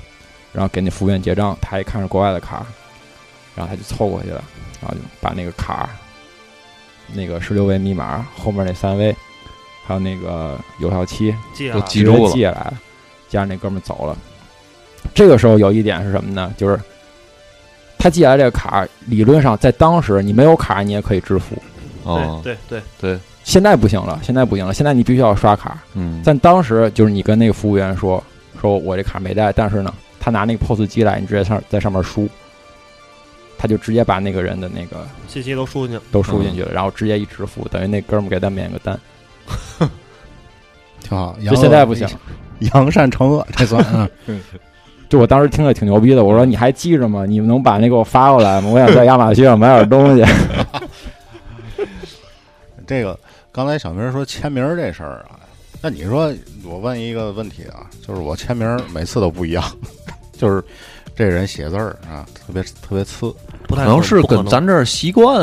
S8: 然后给那服务员结账，他一看是国外的卡儿，然后他就凑过去了，然后就把那个卡儿那个十六位密码后面那三位，还有那个有效期
S5: 记
S7: 都
S5: 啊，
S7: 记住了
S8: 记下来了，加上那哥们儿走了。这个时候有一点是什么呢？就是他记下来这个卡，理论上在当时你没有卡你也可以支付，
S7: 哦，
S5: 对对对，
S7: 对，
S8: 现在不行了，现在不行了，现在你必须要刷卡。
S7: 嗯，
S8: 但当时就是你跟那个服务员说，说我这卡没带，但是呢，他拿那个 POS 机来，你直接上在上面输，他就直接把那个人的那个
S5: 信息都输进去，
S8: 都
S7: 嗯
S8: 输进去了，然后直接一支付，等于那哥们儿给他免个单。
S6: 挺好。
S8: 就现在不行，
S6: 扬善惩恶，这算 *laughs* 嗯
S8: 就我当时听着挺牛逼的，我说你还记着吗？你们能把那给我发过来吗？我想 *laughs* 在亚马逊上买点东西。
S6: 这个刚才小明说签名儿这事儿啊，那你说我问一个问题啊，就是我签名儿每次都不一样， *laughs* 就是这人写字儿啊，特别特别次，
S5: 不太
S7: 可能是
S5: 不可
S7: 跟咱这儿习惯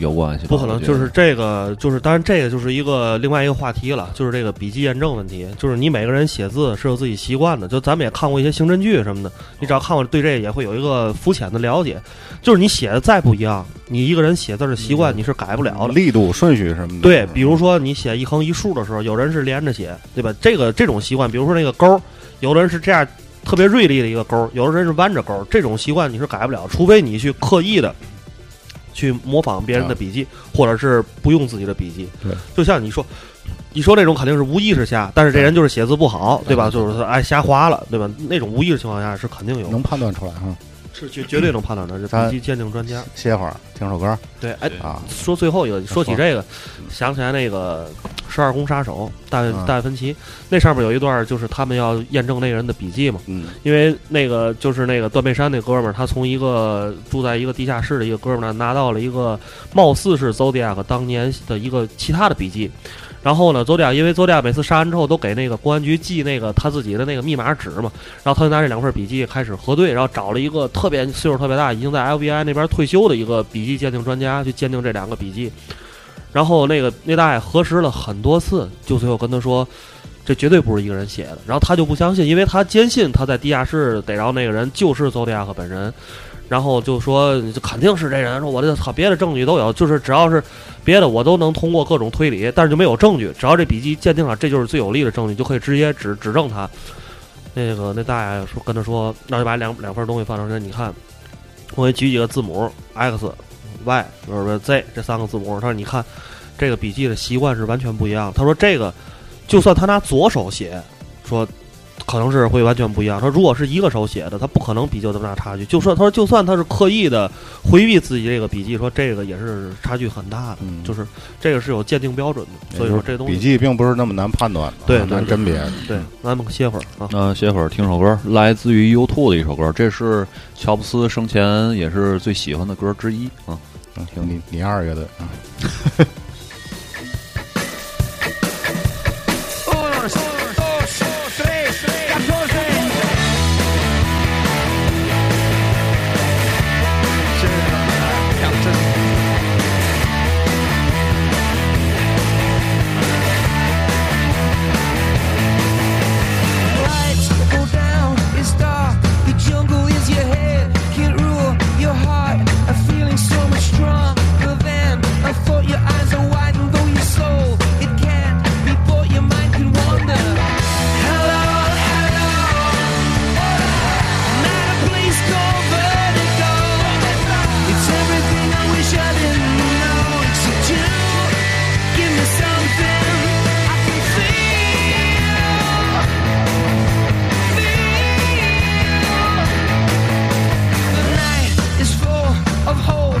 S7: 有关系吧，
S5: 不可
S7: 我
S5: 能，
S7: 觉
S5: 就
S7: 得
S5: 是这个，就是当然这个就是一个另外一个话题了，就是这个笔记验证问题，就是你每个人写字是有自己习惯的，就咱们也看过一些刑侦剧什么
S7: 哦
S5: 的，你只要看过对这个也会有一个肤浅的了解，就是你写的再不一样，你一个人写字的习
S7: 嗯
S5: 惯你是改不了的。
S6: 力度、顺序什么的。
S5: 对，比如说你写一横一竖的时候，有人是连着写，对吧？这个这种习惯，比如说那个勾儿，有的人是这样特别锐利的一个勾儿，有的人是弯着勾儿，这种习惯你是改不了，除非你去刻意的去模仿别人的笔记，或者是不用自己的笔记。
S8: 对，
S5: 就像你说。你说那种肯定是无意识下，但是这人就是写字不好，对吧？就是说哎瞎划了，对吧？那种无意识情况下是肯定有，
S6: 能判断出来啊。
S5: 是绝绝对能判断的，这
S6: 咱
S5: 笔记鉴定专家。
S6: 歇会儿，听首歌
S5: 对，哎，
S6: 啊。
S5: 说最后一个，说起
S6: 说
S5: 这个，想起来那个《十二宫杀手》大卫
S6: 嗯
S5: 大卫芬奇，那上面有一段就是他们要验证那个人的笔记嘛，
S6: 嗯，
S5: 因为那个就是那个断背山那哥们儿，他从一个住在一个地下室的一个哥们儿那拿到了一个貌似是 Zodiac 当年的一个其他的笔记。然后呢，Zodiac 因为 Zodiac 每次杀完之后都给那个公安局寄那个他自己的那个密码纸嘛，然后他就拿这两份笔记开始核对，然后找了一个特别岁数特别大，已经在 FBI 那边退休的一个笔记鉴定专家去鉴定这两个笔记。然后那个那大爷核实了很多次，就最后跟他说，这绝对不是一个人写的。然后他就不相信，因为他坚信他在地下室逮着那个人就是邹迪亚克本人，然后就说就肯定是这人。说我这操，别的证据都有，就是只要是别的我都能通过各种推理，但是就没有证据。只要这笔记鉴定了，这就是最有力的证据，就可以直接指指证他。那个那大爷说跟他说，那就把两两份东西放上去，你看，我给你举几个字母 X、Y 不是不是 Z 这三个字母，他说你看这个笔记的习惯是完全不一样。他说这个就算他拿左手写，说可能是会完全不一样。他说如果是一个手写的，他不可能比较这么大差距。就算他说就算他是刻意的回避自己这个笔记，说这个也是差距很大的，
S6: 嗯
S5: 就是这个是有鉴定标准的。所以说这东
S6: 笔
S5: 西
S6: 记并不是那么难判断的，
S5: 对
S6: 啊
S5: 对
S6: 难
S5: 对
S6: 甄别。
S5: 对，咱们歇会儿啊。
S7: 嗯，歇会儿听首歌，来自于 U2 的一首歌，这是乔布斯生前也是最喜欢的歌之一啊。
S6: 嗯行，你你二乐队啊。
S9: Lights go down, it's dark. The jungle is your head, can't rule your heart. I'm feeling so much stronger than I thought your eyes are Oh,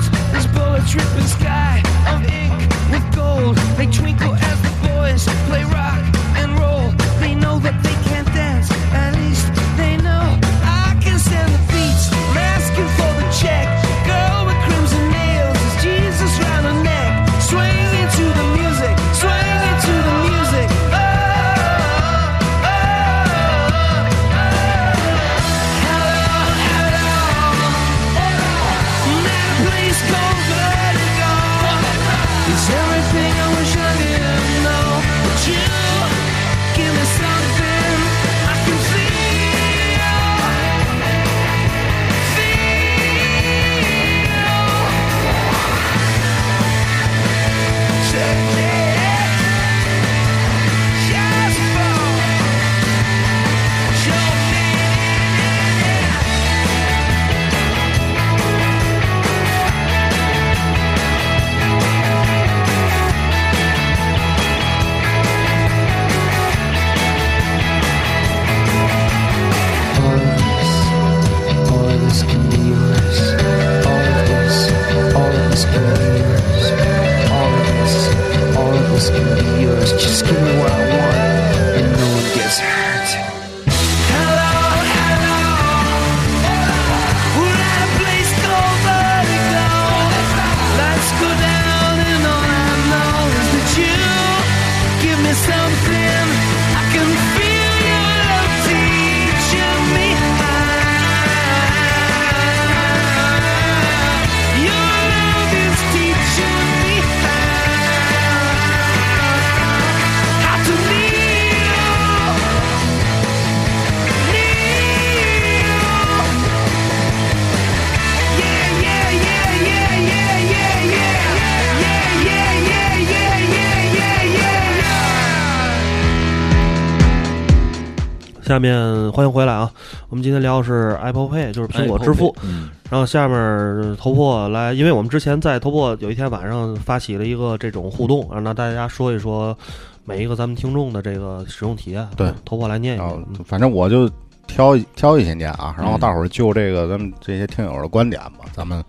S5: 下面欢迎回来啊！我们今天聊的是 Apple Pay，就是苹果支付。
S7: 嗯，
S5: 哎然后下面呃头破来，因为我们之前在头破有一天晚上发起了一个这种互动，让大家说一说每一个咱们听众的这个使用体验。
S6: 对，
S5: 头破来念一
S6: 然后
S5: 遍。嗯
S6: 反正我就挑挑一些念啊，然后大伙儿就这个咱们这些听友的观点吧，咱们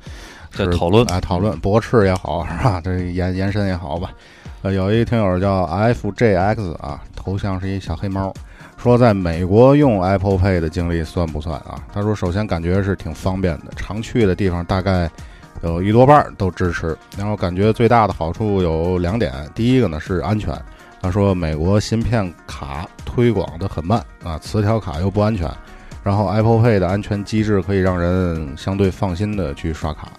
S7: 再
S6: 是
S7: 讨论
S6: 哎讨论驳斥也好是吧？这延延伸也好吧。呃，有一听友叫 FJX 啊，头像是一小黑猫，说在美国用 Apple Pay 的经历算不算啊？他说首先感觉是挺方便的，常去的地方大概有一多半儿都支持，然后感觉最大的好处有两点，第一个呢是安全。他说美国芯片卡推广的很慢啊，磁条卡又不安全，然后 Apple Pay 的安全机制可以让人相对放心的去刷卡。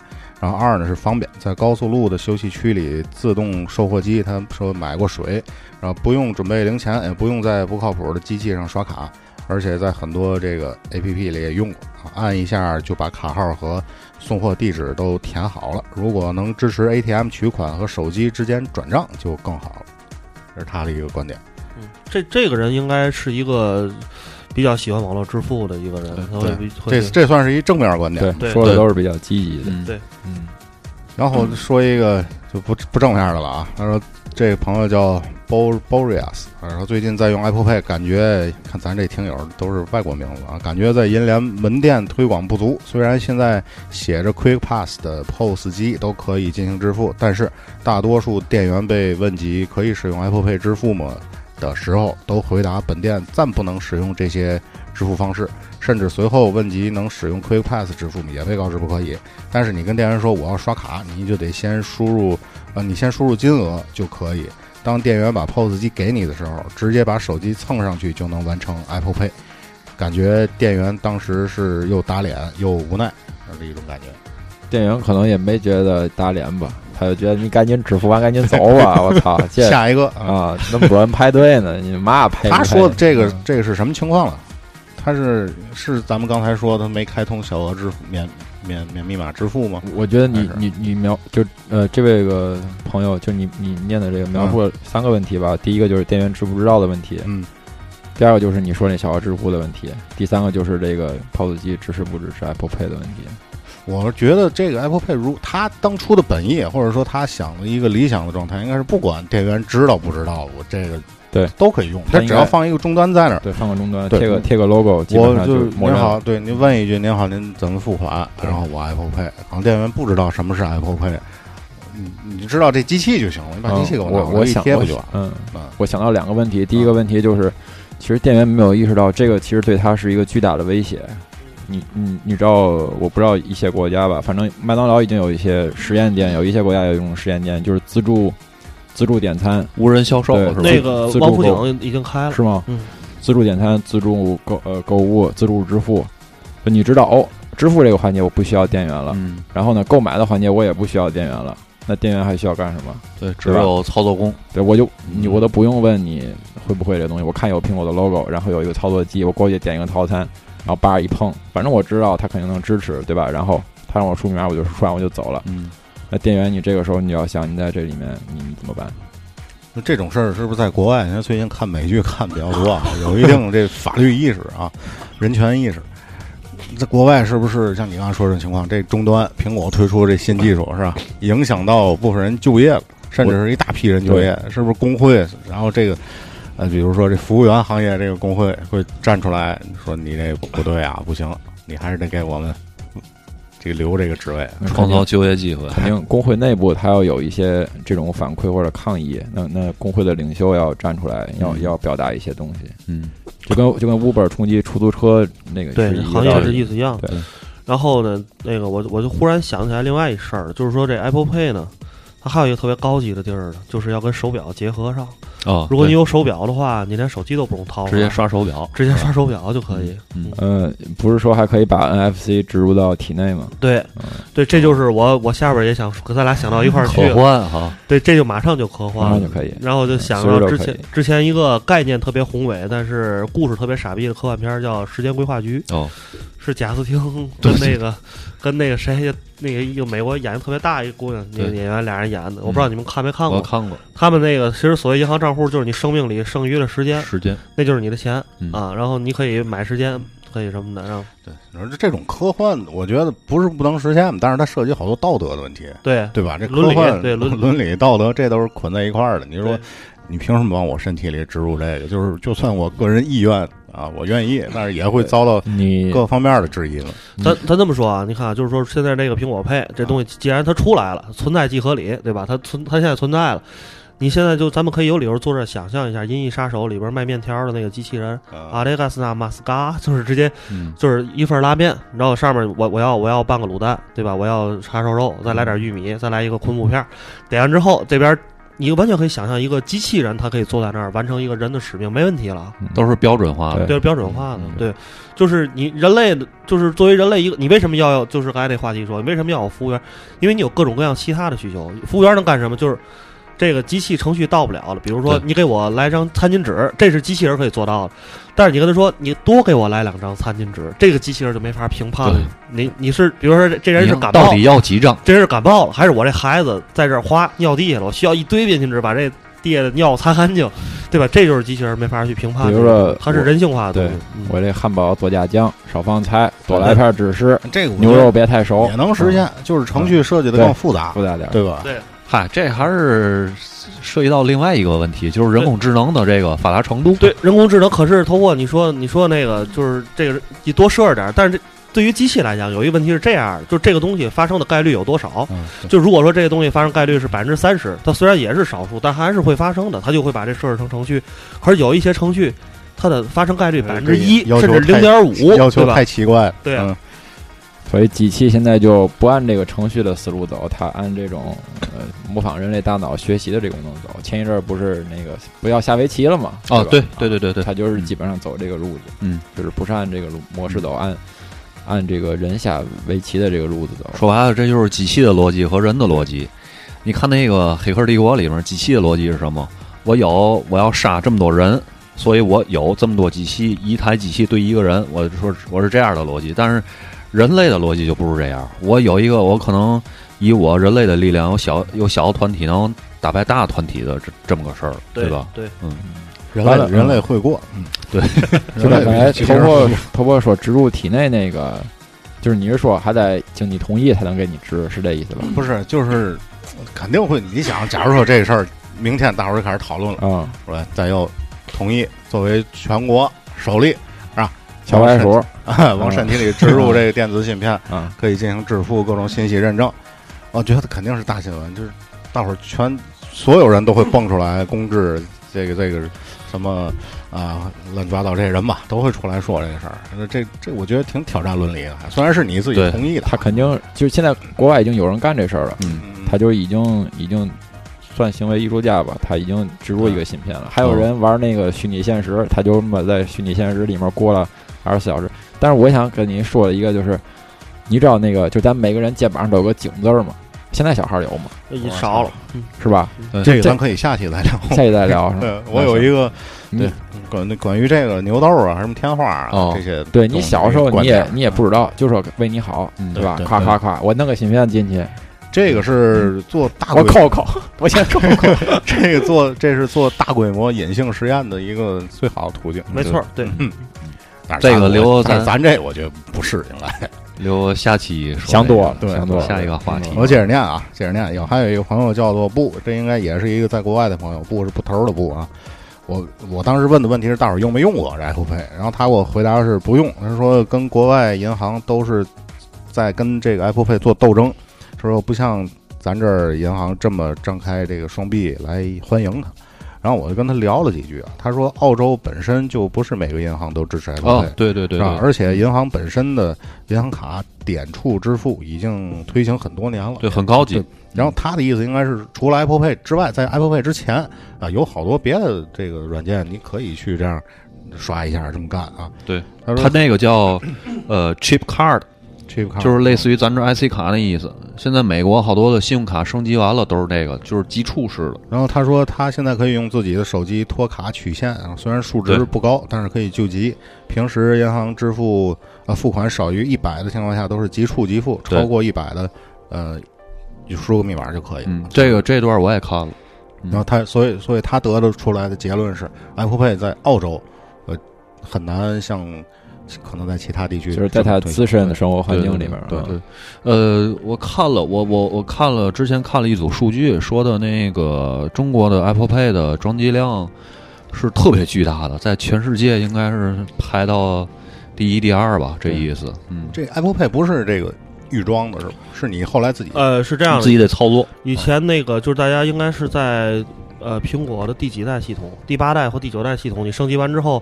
S6: 然后二呢是方便，在高速路的休息区里自动售货机，他说买过水，然后不用准备零钱，也不用在不靠谱的机器上刷卡，而且在很多这个 A P P 里也用过，啊按一下就把卡号和送货地址都填好了。如果能支持 A T M 取款和手机之间转账就更好了。这是他的一个观点。
S5: 嗯这这个人应该是一个比较喜欢网络支付的一个人，他会
S6: 对
S5: 会
S6: 这这算是一正面观点。
S5: 对
S8: 对，说的都是比较积极的。
S7: 嗯
S5: 对
S8: 嗯，
S6: 然后说一个就不不正面的了啊，他说这个朋友叫 Bo Boreas，然后最近在用 Apple Pay，感觉看咱这听友都是外国名字啊，感觉在银联门店推广不足。虽然现在写着 Quick Pass 的 POS 机都可以进行支付，但是大多数店员被问及可以使用 Apple Pay 支付吗的时候，都回答本店暂不能使用这些支付方式，甚至随后问及能使用 Quick Pass 支付吗，也被告知不可以。但是你跟店员说我要刷卡，你就得先输入，呃，你先输入金额就可以。当店员把 POS 机给你的时候，直接把手机蹭上去就能完成 Apple Pay。感觉店员当时是又打脸又无奈，这是一种感觉。
S8: 店员可能也没觉得打脸吧，他就觉得你赶紧支付完赶紧走 *laughs* 吧，我操，这
S6: 下一个啊，
S8: 啊那么多人排队呢，你嘛排？
S6: 他说的这个
S8: 嗯
S6: 这个是什么情况了？他是是咱们刚才说他没开通小额支付免免免密码支付吗？
S8: 我觉得你
S6: 还是
S8: 你你描就呃这位个朋友，就你你念的这个描述了三个问题吧。第一个就是店员知不知道的问题，
S6: 嗯，
S8: 第二个就是你说那小额支付的问题，第三个就是这个 POS 机支持不支持 Apple Pay 的问题。
S6: 我是觉得这个 Apple Pay 如他当初的本意，或者说他想的一个理想的状态，应该是不管店员知道不知道，我这个
S8: 对
S6: 都可以用，他
S8: 他应该
S6: 只要放一个终端在那儿。
S8: 对，放个终端，
S6: 对嗯
S8: 贴个贴个 logo，基本
S6: 我
S8: 上
S6: 就
S8: 默
S6: 您
S8: 认
S6: 好，对您问一句您好，您怎么付款？
S8: 对
S6: 然后我 Apple Pay，可能店员不知道什么是 Apple Pay，你你知道这机器就行了，你把
S8: 嗯
S6: 机器给我拿
S8: 我
S6: 过来，嗯一
S8: 想
S6: 贴
S8: 我
S6: 不就完了？
S8: 嗯
S6: 嗯，
S8: 我想到两个问题，第一个问题就是，其实店员没有意识到这个其实对他是一个巨大的威胁。你你你知道，我不知道一些国家吧，反正麦当劳已经有一些实验店，有一些国家有一种实验店，就是自助自助点餐，
S7: 无人销售
S8: 对
S7: 是吧？
S5: 那个
S8: 自助
S5: 王府
S8: 购
S5: 井已经
S6: 啊
S5: 开了
S8: 是。吗？
S5: 嗯，
S8: 自助点餐、自助购呃购物、自助支付，就你知道哦，支付这个环节我不需要店员了，
S7: 嗯，
S8: 然后呢，购买的环节我也不需要店员了，那店员还需要干什么？
S7: 对，只有操作工，
S8: 对，我就
S5: 嗯
S7: 嗯
S8: 你我都不用问你会不会这东西，我看有苹果的 logo，然后有一个操作机，我过去点一个套餐，然后叭一碰，反正我知道它肯定能支持，对吧？然后他让我输密码，我就输完我就走了。
S7: 嗯，
S8: 那店员，你这个时候你要想，你在这里面你你怎么办？
S6: 那这种事儿是不是在国外？因为最近看美剧看比较多啊，有一定这法律意识啊，人权意识。在国外是不是像你刚才说这种情况？这终端苹果推出这新技术是吧，影响到部分人就业了，甚至是一大批人就业，是不是工会？然后这个呃，比如说这服务员行业这个工会会站出来说你这不对啊，不行，你还是得给我们这个留这个职位。
S7: 嗯创造就业机会，
S8: 肯定工会内部他要有一些这种反馈或者抗议，那那工会的领袖要站出来，要
S7: 嗯
S8: 要表达一些东西，
S7: 嗯，
S8: 就跟就跟 Uber 冲击出租车那个
S5: 对
S8: 是，一个
S5: 行
S8: 道
S5: 业
S8: 理
S5: 是意思一样。
S8: 对，
S5: 然后呢，那个我我就忽然想起来另外一事儿，就是说这 Apple Pay 呢，它还有一个特别高级的地儿呢，就是要跟手表结合上。
S7: 哦，
S5: 如果你有手表的话，你连手机都不用掏了，
S7: 直接刷手表，
S5: 直接刷手表就可以。
S7: 嗯，
S8: 呃，不是说还可以把 NFC 植入到体内吗？
S5: 对，对，这就是我我下边也想跟咱俩想到一块儿去
S7: 可
S5: 了，
S7: 换哈，
S5: 对，这就马上就科
S8: 马
S5: 幻
S8: 上
S5: 了
S8: 就。可以。嗯
S5: 然后我就想
S8: 随时
S5: 到
S8: 都
S5: 之
S8: 可以
S5: 前之前一个概念特别宏伟，但是故事特别傻逼的科幻片儿叫《时间规划局》。
S7: 哦，
S5: 《时是贾
S8: *laughs*
S5: 斯汀
S7: 对
S5: 跟那个跟那个谁那个一个美国演的特别大一个姑娘那个
S7: 对
S5: 演员俩人演的，我不
S8: 嗯
S5: 知道你们看没看
S7: 我
S5: 过。
S7: 看过
S5: 他们那个其实所谓银行账户就是你生命里剩余的时间，
S7: 时间，
S5: 那就是你的钱
S7: 嗯
S5: 啊，然后你可以买时间，可以什么的，然后
S6: 对，你说这这种科幻，我觉得不是不能实现，但是它涉及好多道德的问题，
S5: 对
S6: 对吧？这
S5: 伦
S6: 科
S5: 理
S6: 幻、
S5: 对伦理
S6: *laughs* 伦理、道德，这都是捆在一块儿的。你说
S5: 对，
S6: 你凭什么往我身体里植入这个？就是，就算我个人意愿啊，我愿意，但是也会遭到
S8: 你
S6: 各方面的质疑了。
S5: 咱咱这么说啊，你看啊，就是说现在这个苹果配这东西，既然它出来了，存在即合理，对吧？它存它现在存在了，你现在就咱们可以有理由坐这儿想象一下，《银翼杀手》里边卖面条的那个机器人
S6: 啊
S5: 阿雷嘎斯纳马斯嘎，就是直接
S7: 嗯，
S5: 就是一份拉面，然后上面我我要我要半个卤蛋，对吧？我要叉烧肉，再来点玉米，再来一个昆布片儿，点完之后这边。你完全可以想象一个机器人，它可以坐在那儿完成一个人的使命，没问题了。啊
S7: 都是标准化的，
S5: 嗯对，标准化的
S7: 嗯，
S5: 对，就是你人类的，就是作为人类一个，你为什么要就是刚才那话题说，你为什么要有服务员？因为你有各种各样其他的需求，服务员能干什么？就是这个机器程序到不了了，比如说
S7: 对
S5: 你给我来张餐巾纸，这是机器人可以做到的，但是你跟他说你多给我来两张餐巾纸，这个机器人就没法评判了
S7: 对。
S5: 你你是比如说这这人
S7: 你
S5: 是
S7: 要
S5: 感
S7: 到
S5: 冒
S7: 底，要几张？
S5: 这人是感冒了，还是我这孩子在这儿哗尿地下了？我需要一堆便巾纸把这地下的尿擦干净，对吧？这就是机器人没法去评判的。
S8: 比如说
S5: 它是
S8: 我
S5: 人性化的东西。
S8: 对
S5: 嗯
S8: 我这汉堡多加酱，少放菜，多来片芝士，
S6: 这个我
S8: 牛
S6: 觉得
S8: 肉别太熟
S6: 也，能实现，就是程序设计的
S8: 对
S6: 更复杂，
S8: 复杂点儿。
S6: 啊对吧？
S7: 嗨，这还是涉及到另外一个问题，就是人工智能的这个发达程度。
S5: 对，人工智能可是通过你说你说那个就是这个你多设置点儿，但是这对于机器来讲，有一个问题是这样的，就这个东西发生的概率有多少？
S6: 嗯，对
S5: 就如果说这个东西发生概率是百分之三十，它虽然也是少数，但还是会发生的，它就会把这设置成程序。可是有一些程序，它的发生概率百分之一
S6: 要
S5: 甚
S6: 求
S5: 至零
S6: 太
S5: 点五，
S6: 要
S5: 对
S6: 求
S5: 吧
S6: 太奇怪了。
S5: 对啊
S6: 嗯
S8: 所以机器现在就不按这个程序的思路走，它按这种呃模仿人类大脑学习的这个功能走。前一阵儿不是那个不要下围棋了嘛？
S7: 哦，
S8: 吧
S7: 对对对对对，
S8: 它就是基本上走这个路子，
S7: 嗯，
S8: 就是不是按这个路模式走，按按这个人下围棋的这个路子走。
S7: 说白了，这就是机器的逻辑和人的逻辑。你看那个《黑客帝国》里面，机器的逻辑是什么？我有，我要杀这么多人，所以我有这么多机器，一台机器对一个人，我说我是这样的逻辑。但是人类的逻辑就不是这样。我有一个，我可能以我人类的力量，有小有小的团体能打败大的团体的这这么个事儿，
S5: 对
S7: 吧？？
S5: 对，
S6: 人
S8: 完了
S6: 类人类会过，嗯
S8: 就
S6: *laughs* 人
S8: 刚才
S6: 类
S8: 头
S6: 嗯
S8: 破头破说植入体内那个，就是你是说还得经你同意才能给你植，是这意思吧？
S6: 不是就是肯定会。你想，假如说这事儿明天大伙儿就开始讨论了，
S8: 啊、
S6: 说咱要同意作为全国首例啊，
S8: 小白鼠，
S6: *laughs* 往身体里植
S8: 嗯
S6: 入这个电子芯片，
S8: 啊，
S6: 可以进行支付各种信息认证。我觉得肯定是大新闻，就是大伙儿全所有人都会蹦出来公知这个这个什么啊乱七八糟这些人吧，都会出来说这个事儿。那这这我觉得挺挑战伦理的，虽然是你自己
S7: 对
S6: 同意的，
S8: 他肯定就是现在国外已经有人干这事儿了。
S6: 嗯
S8: 他就已经已经算行为艺术家吧，他已经植入一个芯片了。还有
S7: 嗯
S8: 人玩那个虚拟现实，他就这么在虚拟现实里面过了二十四小时。但是我想跟您说的一个就是，你知道那个就咱每个人肩膀上都有个井字儿吗？现在小孩有吗？
S5: 已经少了。嗯
S8: 是吧？
S6: 这个
S8: 这
S6: 咱可以下期再聊。
S8: 下一代聊。
S6: *laughs*
S8: 是吧
S6: 对，我有一个
S8: 嗯
S6: 对关关于这个牛豆啊，什么天花啊、
S7: 哦
S6: 这些东西，
S8: 对你小时候
S6: 观
S8: 你也
S6: 点嗯
S8: 你也不知道，就说为你好，
S7: 嗯
S8: 对吧？
S6: 对对
S8: 夸
S6: 对
S8: 夸夸，我弄个芯片进去，
S6: 这个是做大
S8: 嗯我
S6: 规模，
S8: 扣 *laughs* 扣，我先扣扣。
S6: 这个做这是做大规模隐性实验的一个最好的途径。
S5: 没错，对，
S6: 但是
S7: 这个
S6: 咱
S7: 留
S6: 但是
S7: 咱
S6: 咱这我觉得不适应了。
S7: 留下期说
S8: 想
S7: 这个
S8: 多了，
S6: 对
S8: 想多嗯了。
S7: 下一个话题。
S6: 我接着念啊，接着念。有还有一个朋友叫做布，这应该也是一个在国外的朋友，布是布头的布啊。我我当时问的问题是大伙儿用没用过这 Apple Pay，然后他给我回答是不用，他说跟国外银行都是在跟这个 Apple Pay 做斗争，他说不像咱这儿银行这么张开这个双臂来欢迎他。然后我就跟他聊了几句啊，他说澳洲本身就不是每个银行都支持 Apple
S7: 哦
S6: Pay，、，
S7: 对对对
S6: 是吧？
S7: 对，
S6: 而且银行本身的银行卡点触支付已经推行很多年了，
S7: 对很高级
S6: 对。然后他的意思应该是，除了 Apple Pay 之外，在 Apple Pay 之前啊，有好多别的这个软件，你可以去这样刷一下，这么干啊。
S7: 对，
S6: 他说
S7: 它那个叫呃 chip card，
S6: chip 卡
S7: 就是类似于咱这 IC 卡那意思。现在美国好多的信用卡升级完了都是这个，就是基础式的。
S6: 然后他说，他现在可以用自己的手机托卡取现，啊，虽然数值
S7: 对
S6: 不高，但是可以救急。平时银行支付呃付款少于一百的情况下，都是即触即付，
S7: 对
S6: 超过一百的，呃，就输入密码就可以了。
S7: 嗯，这个这段我也看了，
S6: 然后他，所以所以他得的出来的结论是，Apple Pay 在澳洲，呃，很难像可能在其他地区，
S8: 就是在他自身的生活环境里面，
S7: 对对对，呃，我看了，我我我看了，之前看了一组数据，说的那个中国的 Apple Pay 的装机量是特别巨大的，在全世界应该是排到第一、第二吧，这意思。嗯，
S6: 这 Apple Pay 不是这个预装的，是吧是你后来自己
S5: 呃，是这
S8: 啊
S5: 样
S7: 自
S5: 的，
S7: 己得操作。
S5: 以前那个就是大家应该是在呃苹果的第几代系统，第八代或第九代系统，你升级完之后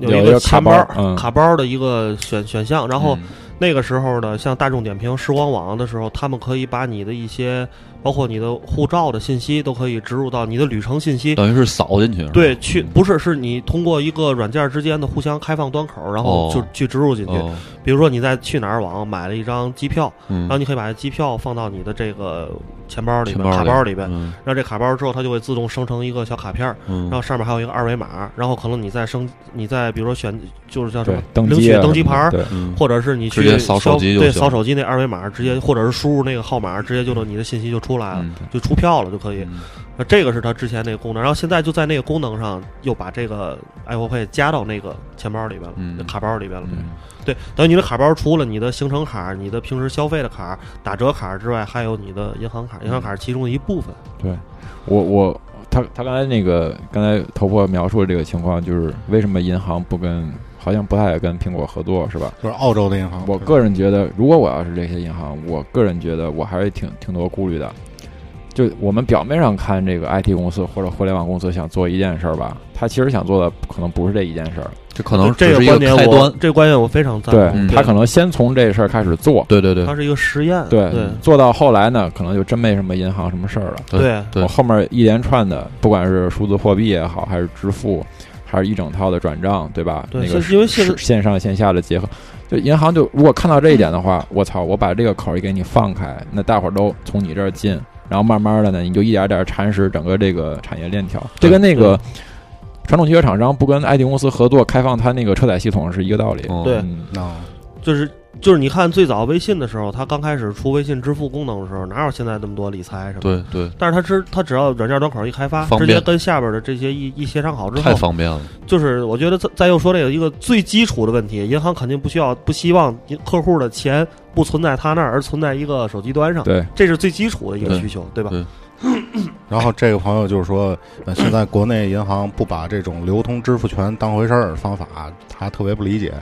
S5: 有
S8: 有
S5: 一
S8: 一
S5: 个
S8: 个卡
S5: 钱包
S8: 包嗯
S5: 卡包的一个选选项，然后
S7: 嗯
S5: 那个时候呢，像大众点评、时光网的时候，他们可以把你的一些包括你的护照的信息都可以植入到你的旅程信息。
S7: 等于是扫进去。是吧哦
S5: 对，去不是是你通过一个软件之间的互相开放端口，然后
S7: 哦
S5: 就去植入进去。
S7: 哦，
S5: 比如说你在去哪儿网买了一张机票，
S7: 嗯
S5: 然后你可以把机票放到你的这个钱包里
S7: 钱
S5: 边、
S7: 包
S5: 卡包里边，
S7: 嗯
S5: 然后这卡包之后它就会自动生成一个小卡片儿，
S7: 嗯
S5: 然后上面还有一个二维码，然后可能你再升，你再比如说选就是叫什
S8: 对
S5: 么，
S8: 登
S5: 领
S8: 机
S5: 取
S8: 啊
S5: 登
S8: 什
S5: 机
S8: 么
S5: 牌
S8: 的
S5: 儿，
S8: 对，
S7: 嗯
S5: 或者是你去
S7: 直接扫手机
S5: 消
S7: 就
S5: 对
S7: 行
S5: 扫手机那二维码，直接或者是输入那个号码，直接就能你的信息就出来了，
S7: 嗯
S5: 就出票了就可以。
S7: 嗯
S5: 那这个是它之前那个功能，然后现在就在那个功能上又把这个 Apple Pay 加到那个钱包里边了，
S7: 嗯
S5: 卡包里边了。
S7: 嗯
S5: 对，等于你的卡包除了你的行程卡、你的平时消费的卡、打折卡之外，还有你的银行卡，
S7: 嗯
S5: 银行卡是其中的一部分。
S8: 我我他他刚才那个刚才头破描述的这个情况，就是为什么银行不跟好像不太跟苹果合作是吧？
S6: 就是澳洲的银行。
S8: 我个人觉得，如果我要是这些银行，我个人觉得我还是挺挺多顾虑的。就我们表面上看，这个 IT 公司或者互联网公司想做一件事儿吧，他其实想做的可能不是这一件事儿，
S7: 这可能
S5: 这
S7: 只是一
S5: 观
S7: 个
S5: 点
S7: 开
S5: 我
S7: 端。
S5: 这个观点我非常赞
S8: 对
S5: 同。
S8: 他可能先从这事儿开始做，
S7: 对对对
S5: 它是一个实验，
S8: 对，
S5: 对
S8: 做到后来呢，可能就真没什么银行什么事儿了。
S5: 对
S7: 对
S8: 我后面一连串的，不管是数字货币也好，还是支付，还是一整套的转账，对吧？
S5: 对
S8: 那个
S5: 是因为现
S8: 是线上线下的结合，就银行就如果看到这一点的话，我操，我把这个口儿给你放开，那大伙儿都从你这儿进，然后慢慢的呢，你就一点点蚕食整个这个产业链条。这
S7: 对
S8: 跟那个传统汽车厂商不跟 IT 公司合作开放它那个车载系统是一个道理。
S7: 哦
S5: 对
S8: 嗯
S6: 啊，
S5: 就是就是你看最早微信的时候，它刚开始出微信支付功能的时候，哪有现在那么多理财什么的？
S7: 对对，
S5: 但是它只它只要软件端口一开发，
S7: 方
S5: 直
S7: 便
S5: 接跟下边的这些一一协商好之
S7: 太
S5: 后，
S7: 方便了。
S5: 就是我觉得再再又说这个一个最基础的问题，银行肯定不需要不希望您客户的钱不存在他那儿，而存在一个手机端上，
S8: 对，嗯
S5: 这是最基础的一个
S7: 对
S5: 需求，对吧？
S7: 对
S6: 然后这个朋友就是说，呃，现在国内银行不把这种流通支付权当回事儿的方法，他特别不理解。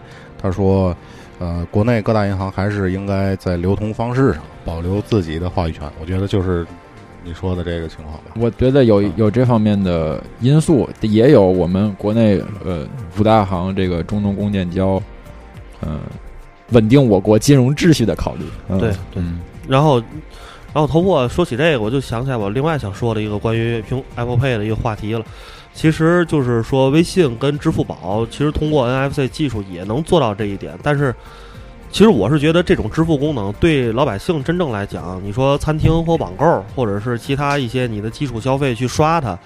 S6: 他说，呃，国内各大银行还是应该在流通方式上保留自己的话语权。我觉得就是你说的这个情况吧。
S8: 我觉得有
S6: 嗯
S8: 有这方面的因素，也有我们国内呃五大行这个中东弓建交，嗯、稳定我国金融秩序的考虑。嗯、
S5: 对，
S7: 嗯，
S5: 然后，然后头破说起这个，我就想起来我另外想说的一个关于苹 Apple Pay 的一个话题了。其实就是说，微信跟支付宝其实通过 NFC 技术也能做到这一点，但是其实我是觉得这种支付功能对老百姓真正来讲，你说餐厅或网购，或者是其他一些你的基础消费去刷它，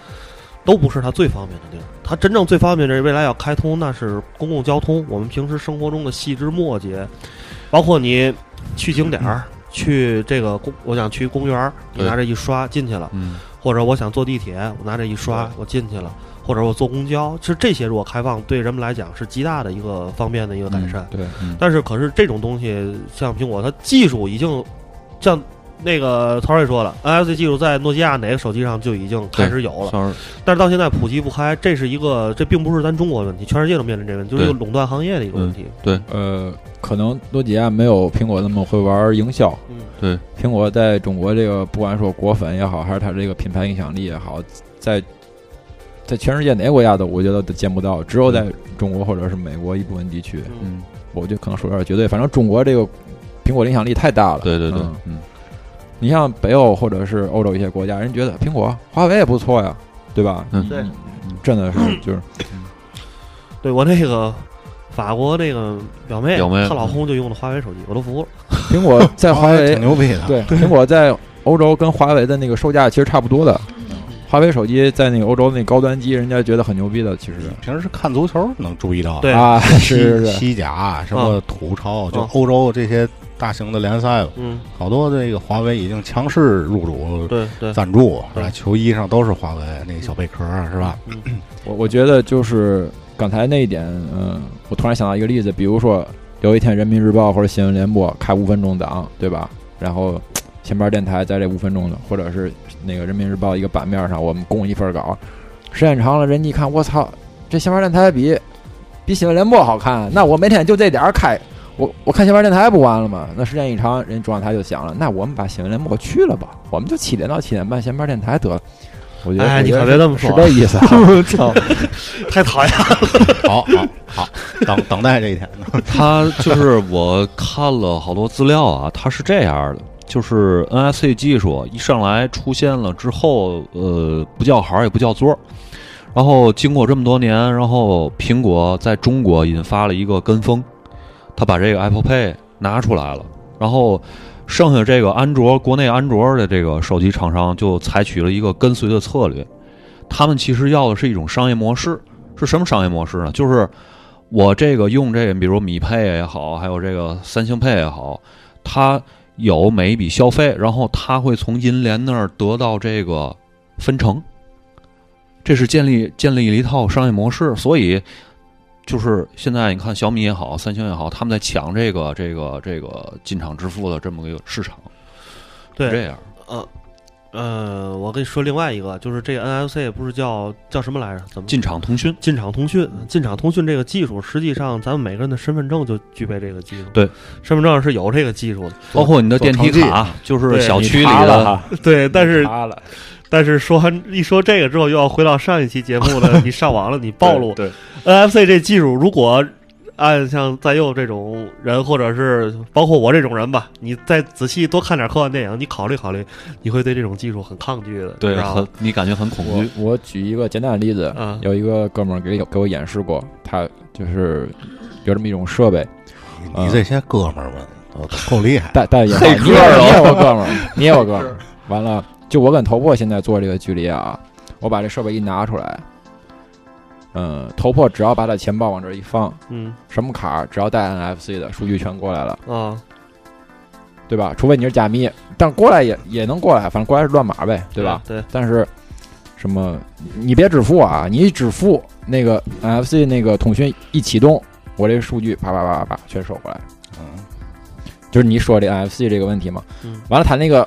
S5: 都不是它最方便的地儿。它真正最方便的是未来要开通，那是公共交通，我们平时生活中的细枝末节，包括你去景点儿。去这个公，我想去公园儿，你拿着一刷进去了，
S7: 嗯，
S5: 或者我想坐地铁，我拿着一刷我进去了，或者我坐公交，其实这些如果开放，对人们来讲是极大的一个方便的一个
S7: 嗯
S5: 改善。
S8: 对，
S5: 但是可是这种东西，像苹果，它技术已经像那个曹睿说了，NFC 技术在诺基亚哪个手机上就已经开始有了，
S7: 算是
S5: 但是到现在普及不开，这是一个这并不是咱中国的问题，全世界都面临这个问题，就是一个垄断行业的一
S7: 嗯
S5: 个问题。
S8: 呃，可能诺基亚没有苹果那么会玩营销。
S5: 嗯，
S7: 对，
S8: 苹果在中国这个不管说果粉也好，还是它这个品牌影响力也好，在在全世界哪个国家都我觉得都见不到，只有在中国或者是美国一部分地区。
S5: 嗯，
S8: 我觉得可能说有点绝对，反正中国这个苹果的影响力太大了。
S7: 对对对
S8: 嗯，
S7: 嗯，
S8: 你像北欧或者是欧洲一些国家，人觉得苹果、华为也不错呀，对吧？
S7: 嗯
S5: 对
S8: 真的是就是
S5: 对我那个法国那个表妹，
S7: 表妹嗯
S5: 她老公就用的华为手机，我都服了。
S8: 苹果在华为
S6: 哎挺牛逼的，
S8: 对，苹果在欧洲跟华为的那个售价其实差不多的。华为手机在那个欧洲那高端机，人家觉得很牛逼的，其实
S6: 平时是看足球能注意到，
S5: 对
S8: 啊，
S6: 西
S8: 是是是，
S6: 西甲啊什么土超，就
S5: 嗯
S6: 欧洲这些大型的联赛吧，
S5: 嗯，
S6: 好多这个华为已经强势入主
S5: 对对，
S6: 赞助，是
S5: 对
S6: 吧？球衣上都是华为那个小贝壳，是吧？
S8: 我我觉得就是刚才那一点，嗯，我突然想到一个例子，比如说有一天人民日报或者新闻联播开五分钟档，对吧？然后前边电台在这五分钟的，或者是那个人民日报一个版面上，我们供一份稿，时间长了，人家一看，我操，这新闻电台比比新闻联播好看，那我每天就这点儿开。我我看新闻电台不完了吗？那时间一长，人中央台就想了，那我们把新闻联播去了吧，我们就七点到七点半闲篇电台得了。我觉得，
S5: 哎
S8: 我
S5: 你
S8: 觉
S5: 可
S8: 得
S5: 别
S8: 是
S5: 这么说
S8: 是这意
S5: *laughs*
S8: 思、啊。操，
S5: 太讨厌了。
S6: 好好好，等 *laughs* 等待这一天。
S7: 它就是我看了好多资料啊，它是这样的，就是 NFC 技术一上来出现了之后，呃，不叫好也不叫座儿。然后经过这么多年，然后苹果在中国引发了一个跟风，它把这个 Apple Pay 拿出来了，然后剩下这个安卓国内安卓的这个手机厂商就采取了一个跟随的策略，他们其实要的是一种商业模式，是什么商业模式呢？就是我这个用这个，比如米配也好，还有这个三星配也好，它有每一笔消费，然后它会从银联那儿得到这个分成，这是建立建立了一套商业模式。所以就是现在你看小米也好，三星也好，他们在抢这个这个这个进场支付的这么一个市场，是这
S5: 对，
S7: 样。
S5: 呃，我跟你说另外一个，就是这个 NFC 不是叫叫什么来着？怎么
S7: 进场通讯，
S5: 进场通讯，进场通讯这个技术，实际上咱们每个人的身份证就具备这个技术。
S7: 对，
S5: 身份证上是有这个技
S7: *laughs*
S5: 术的。
S7: 包括你的电梯
S6: 做成绩
S7: 卡，就是
S5: 对
S7: 小区
S8: 你
S7: 里
S8: 查了
S7: 的
S8: 哈，
S5: 对，但是
S8: 查了
S5: 但是说完一说这个之后，又要回到上一期节目
S7: *laughs*
S5: 了。你上网了，你暴露
S8: 对
S5: NFC 这技术，如果按像在右这种人，或者是包括我这种人吧，你再仔细多看点科幻电影，你考虑考虑，你会对这种技术很抗拒的，
S7: 对，
S5: 知道
S7: 很
S5: 吧？
S7: 你感觉很恐
S8: 我
S7: 惧。
S8: 我举一个简单的例子，
S5: 嗯
S8: 有一个哥们儿给给我演示过，他就是有这么一种设备，
S6: 你你这些哥们儿们都够厉害，
S8: 戴戴眼罩，你也有你也有哥们儿，你也有哥们儿。完了，就我跟头破现在做这个距离啊，我把这设备一拿出来，嗯，头破只要把他钱包往这儿一放，
S5: 嗯
S8: 什么卡儿只要带 NFC 的数据全过来了，
S5: 啊，
S8: 对吧？除非你是加密，但过来也也能过来，反正过来是乱码呗，对吧？？
S5: 对，
S8: 但是什么，你别只付啊，你一只付那个 NFC 那个通讯一启动，我这数据啪啪啪啪啪全收回来。
S6: 嗯，
S8: 就是你说这 NFC 这个问题嘛，
S5: 嗯
S8: 完了他那个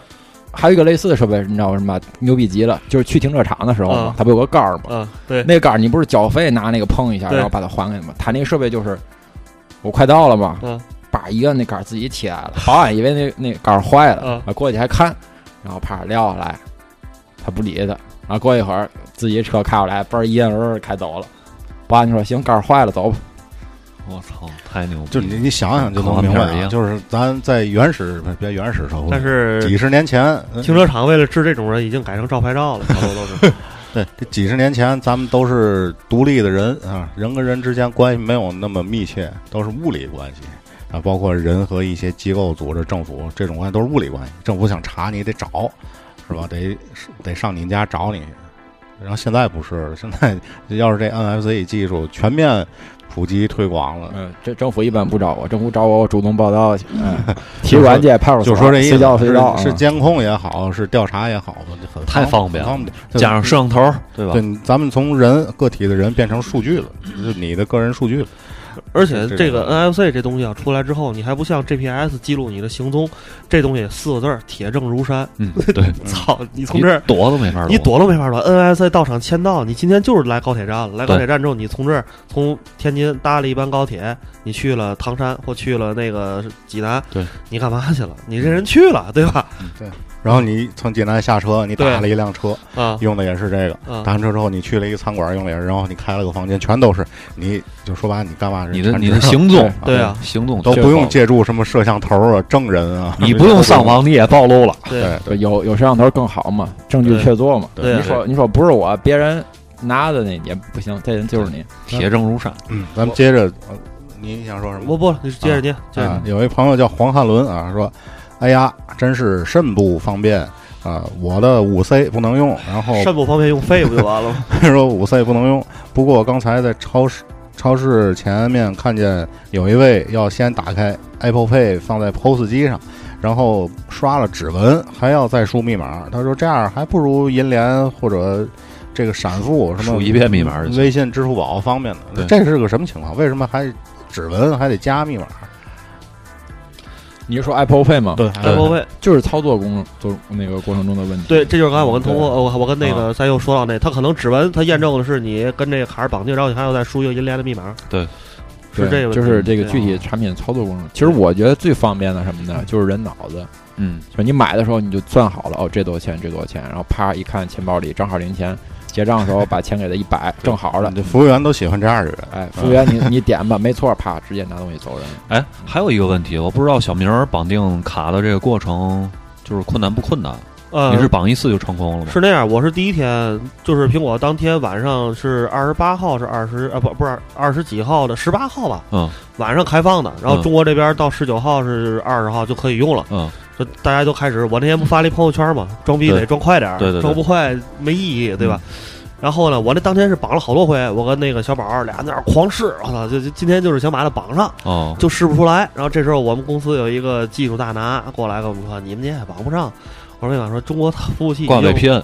S8: 还有一个类似的设备，你知道为什么吗牛逼极了？就是去停车场的时候嘛
S5: 啊，
S8: 它不有个杆儿吗？
S5: 啊，对，
S8: 那杆儿你不是缴费拿那个碰一下，
S5: 对
S8: 然后把它还给他吗？他那个设备就是我快到了嘛，
S5: 啊
S8: 把一个那杆儿自己起来了，保安以为那那杆儿坏了
S5: 啊，
S8: 啊，过去还看，然后啪撂下来，他不理他，然后过一会儿自己车开过来，嘣儿一摁儿开走了，保安就说行，杆儿坏了，走吧。
S7: 我操，太牛逼了！
S6: 就你你想想就
S7: 恐怖
S6: 能明白
S7: 片儿一
S6: 啊，
S7: 样
S6: 就是咱在原始别原始社会，
S5: 但是
S6: 几十年前，嗯
S5: 停车场为了治这种人，已经改成照牌照了，好多都是。
S6: 对，这几十年前咱们都是独立的人啊，人跟人之间关系没有那么密切，都是物理关系啊，包括人和一些机构、组织、政府这种关系都是物理关系。政府想查你得找，是吧？得得上你家找你去。然后现在不是了，现在 *laughs* 要是这 NFC 技术全面普及推广了，
S8: 嗯，这政府一般不找我，政府找我，我主动报道去。嗯，体育馆界派出所，
S6: 就说这意
S8: 随叫
S6: 思，
S8: 随到。
S6: 是是
S8: 嗯
S6: 监控也好，是调查也好，就很
S7: 太
S6: 方
S7: 方便了
S6: 很方便
S7: 加上摄像头，对吧？
S6: 对，咱们从人个体的人变成数据了，就是你的个人数据了。
S5: 而且这个
S6: 这
S5: NFC 这东西啊出来之后，你还不像 GPS 记录你的行踪，这东西四个字儿铁证如山。 *laughs*
S7: 嗯，对，
S5: 操，你从
S7: 你
S5: 这儿
S7: 躲都没法
S5: 你躲都没法躲。NSA 到场签到，你今天就是来高铁站了。来高铁站之后，你从这儿从天津搭了一班高铁，你去了唐山或去了那个济南，
S7: 对，
S5: 你干嘛去了？你这人去了，对吧？
S6: 然后你从济南下车，你打了一辆车，
S5: 啊
S6: 用的也是这个。
S5: 啊
S6: 打完车之后，你去了一个餐馆，用的也是，然后你开了个房间，全都是你，就说白了，你干嘛是
S7: 你的
S6: 全知
S7: 你
S6: 道
S7: 的行踪，嗯
S5: 对啊，
S7: 行踪
S6: 都
S7: 就
S6: 不用借助什么摄像头啊、证人啊，
S7: 你不用上，网，你也暴露了。
S5: 对
S8: 对有有摄像头更好嘛，证据
S5: 对
S8: 确凿嘛。
S5: 对
S8: 你说你说不是我，
S5: 嗯
S8: 别人拿的那也不行，这人就是你。
S7: 铁证如山，
S6: 嗯，咱们接着呃你想说什么？
S5: 不不，你接着念，接着
S6: 啊
S5: 念，
S6: 有一朋友叫黄汉伦啊，说，哎呀，真是肾不方便啊，我的五 C 不能用，然
S7: 哦
S6: 后
S5: 肾不方便用肺不就完
S7: *laughs*
S5: 了吗？
S6: *laughs* 说五 C 不能用。不过刚才在超市超市前面看见有一位要先打开 Apple Pay 放在 POS 机上，然后刷了指纹，还要再输密码。他说这样还不如银联或者这个闪付什么
S7: 输一遍密码就行
S6: 微信、支付宝方便的。
S7: 对
S6: 这是个什么情况？为什么还指纹还得加密码？
S8: 你是说 Apple Pay 吗？
S6: 对，
S5: 哎，不会，
S8: 就是操作工作那个过程中的问题。
S5: 对，这就是刚才我跟通
S8: 对
S5: 过，呃我我跟那
S7: 啊
S5: 个咱又说到那，他可能指纹他验证的是你跟这个卡儿绑定，然后你还要再输一个银联的密码，
S7: 对，
S5: 是
S8: 对
S5: 这个，
S8: 就是这个具体
S5: 对。啊
S8: 产品操作过程。其实我觉得最方便的什么呢？就是人脑子，
S7: 嗯，
S8: 就是你买的时候你就算好了，哦，这多少钱，这多少钱，然后啪一看钱包里正好零钱，结账的时候把钱给他一
S5: *laughs*
S8: 摆，正好了。
S6: 这服务员都喜欢这样的人。
S8: 哎，服务员你你点吧，没错，啪直接拿东西走人。
S7: 哎，还有一个问题，我不知道小明儿绑定卡的这个过程就是困难不困难？
S5: 呃，
S7: 你是绑一次就成功了吗？
S5: 是那样，我是第一天，就是苹果当天晚上是二十八号，是二十啊不不是二十几号的十八号吧，
S7: 嗯
S5: 晚上开放的，然后
S7: 嗯
S5: 中国这边到十九号是二十号就可以用了，
S7: 嗯，
S5: 就大家都开始，我那天不发了一朋友圈嘛，装逼得
S7: 对
S5: 装快点儿，
S7: 对对对
S5: 装不快没意义，对吧？然后呢，我那当天是绑了好多回，我跟那个小宝儿俩在那儿狂试，我操，就就今天就是想把它绑上，
S7: 哦，
S5: 就试不出来。然后这时候我们公司有一个技术大拿过来跟我们说，你们这也绑不上。我说：“我说中国服务器已
S7: 挂
S5: 经
S7: 被骗，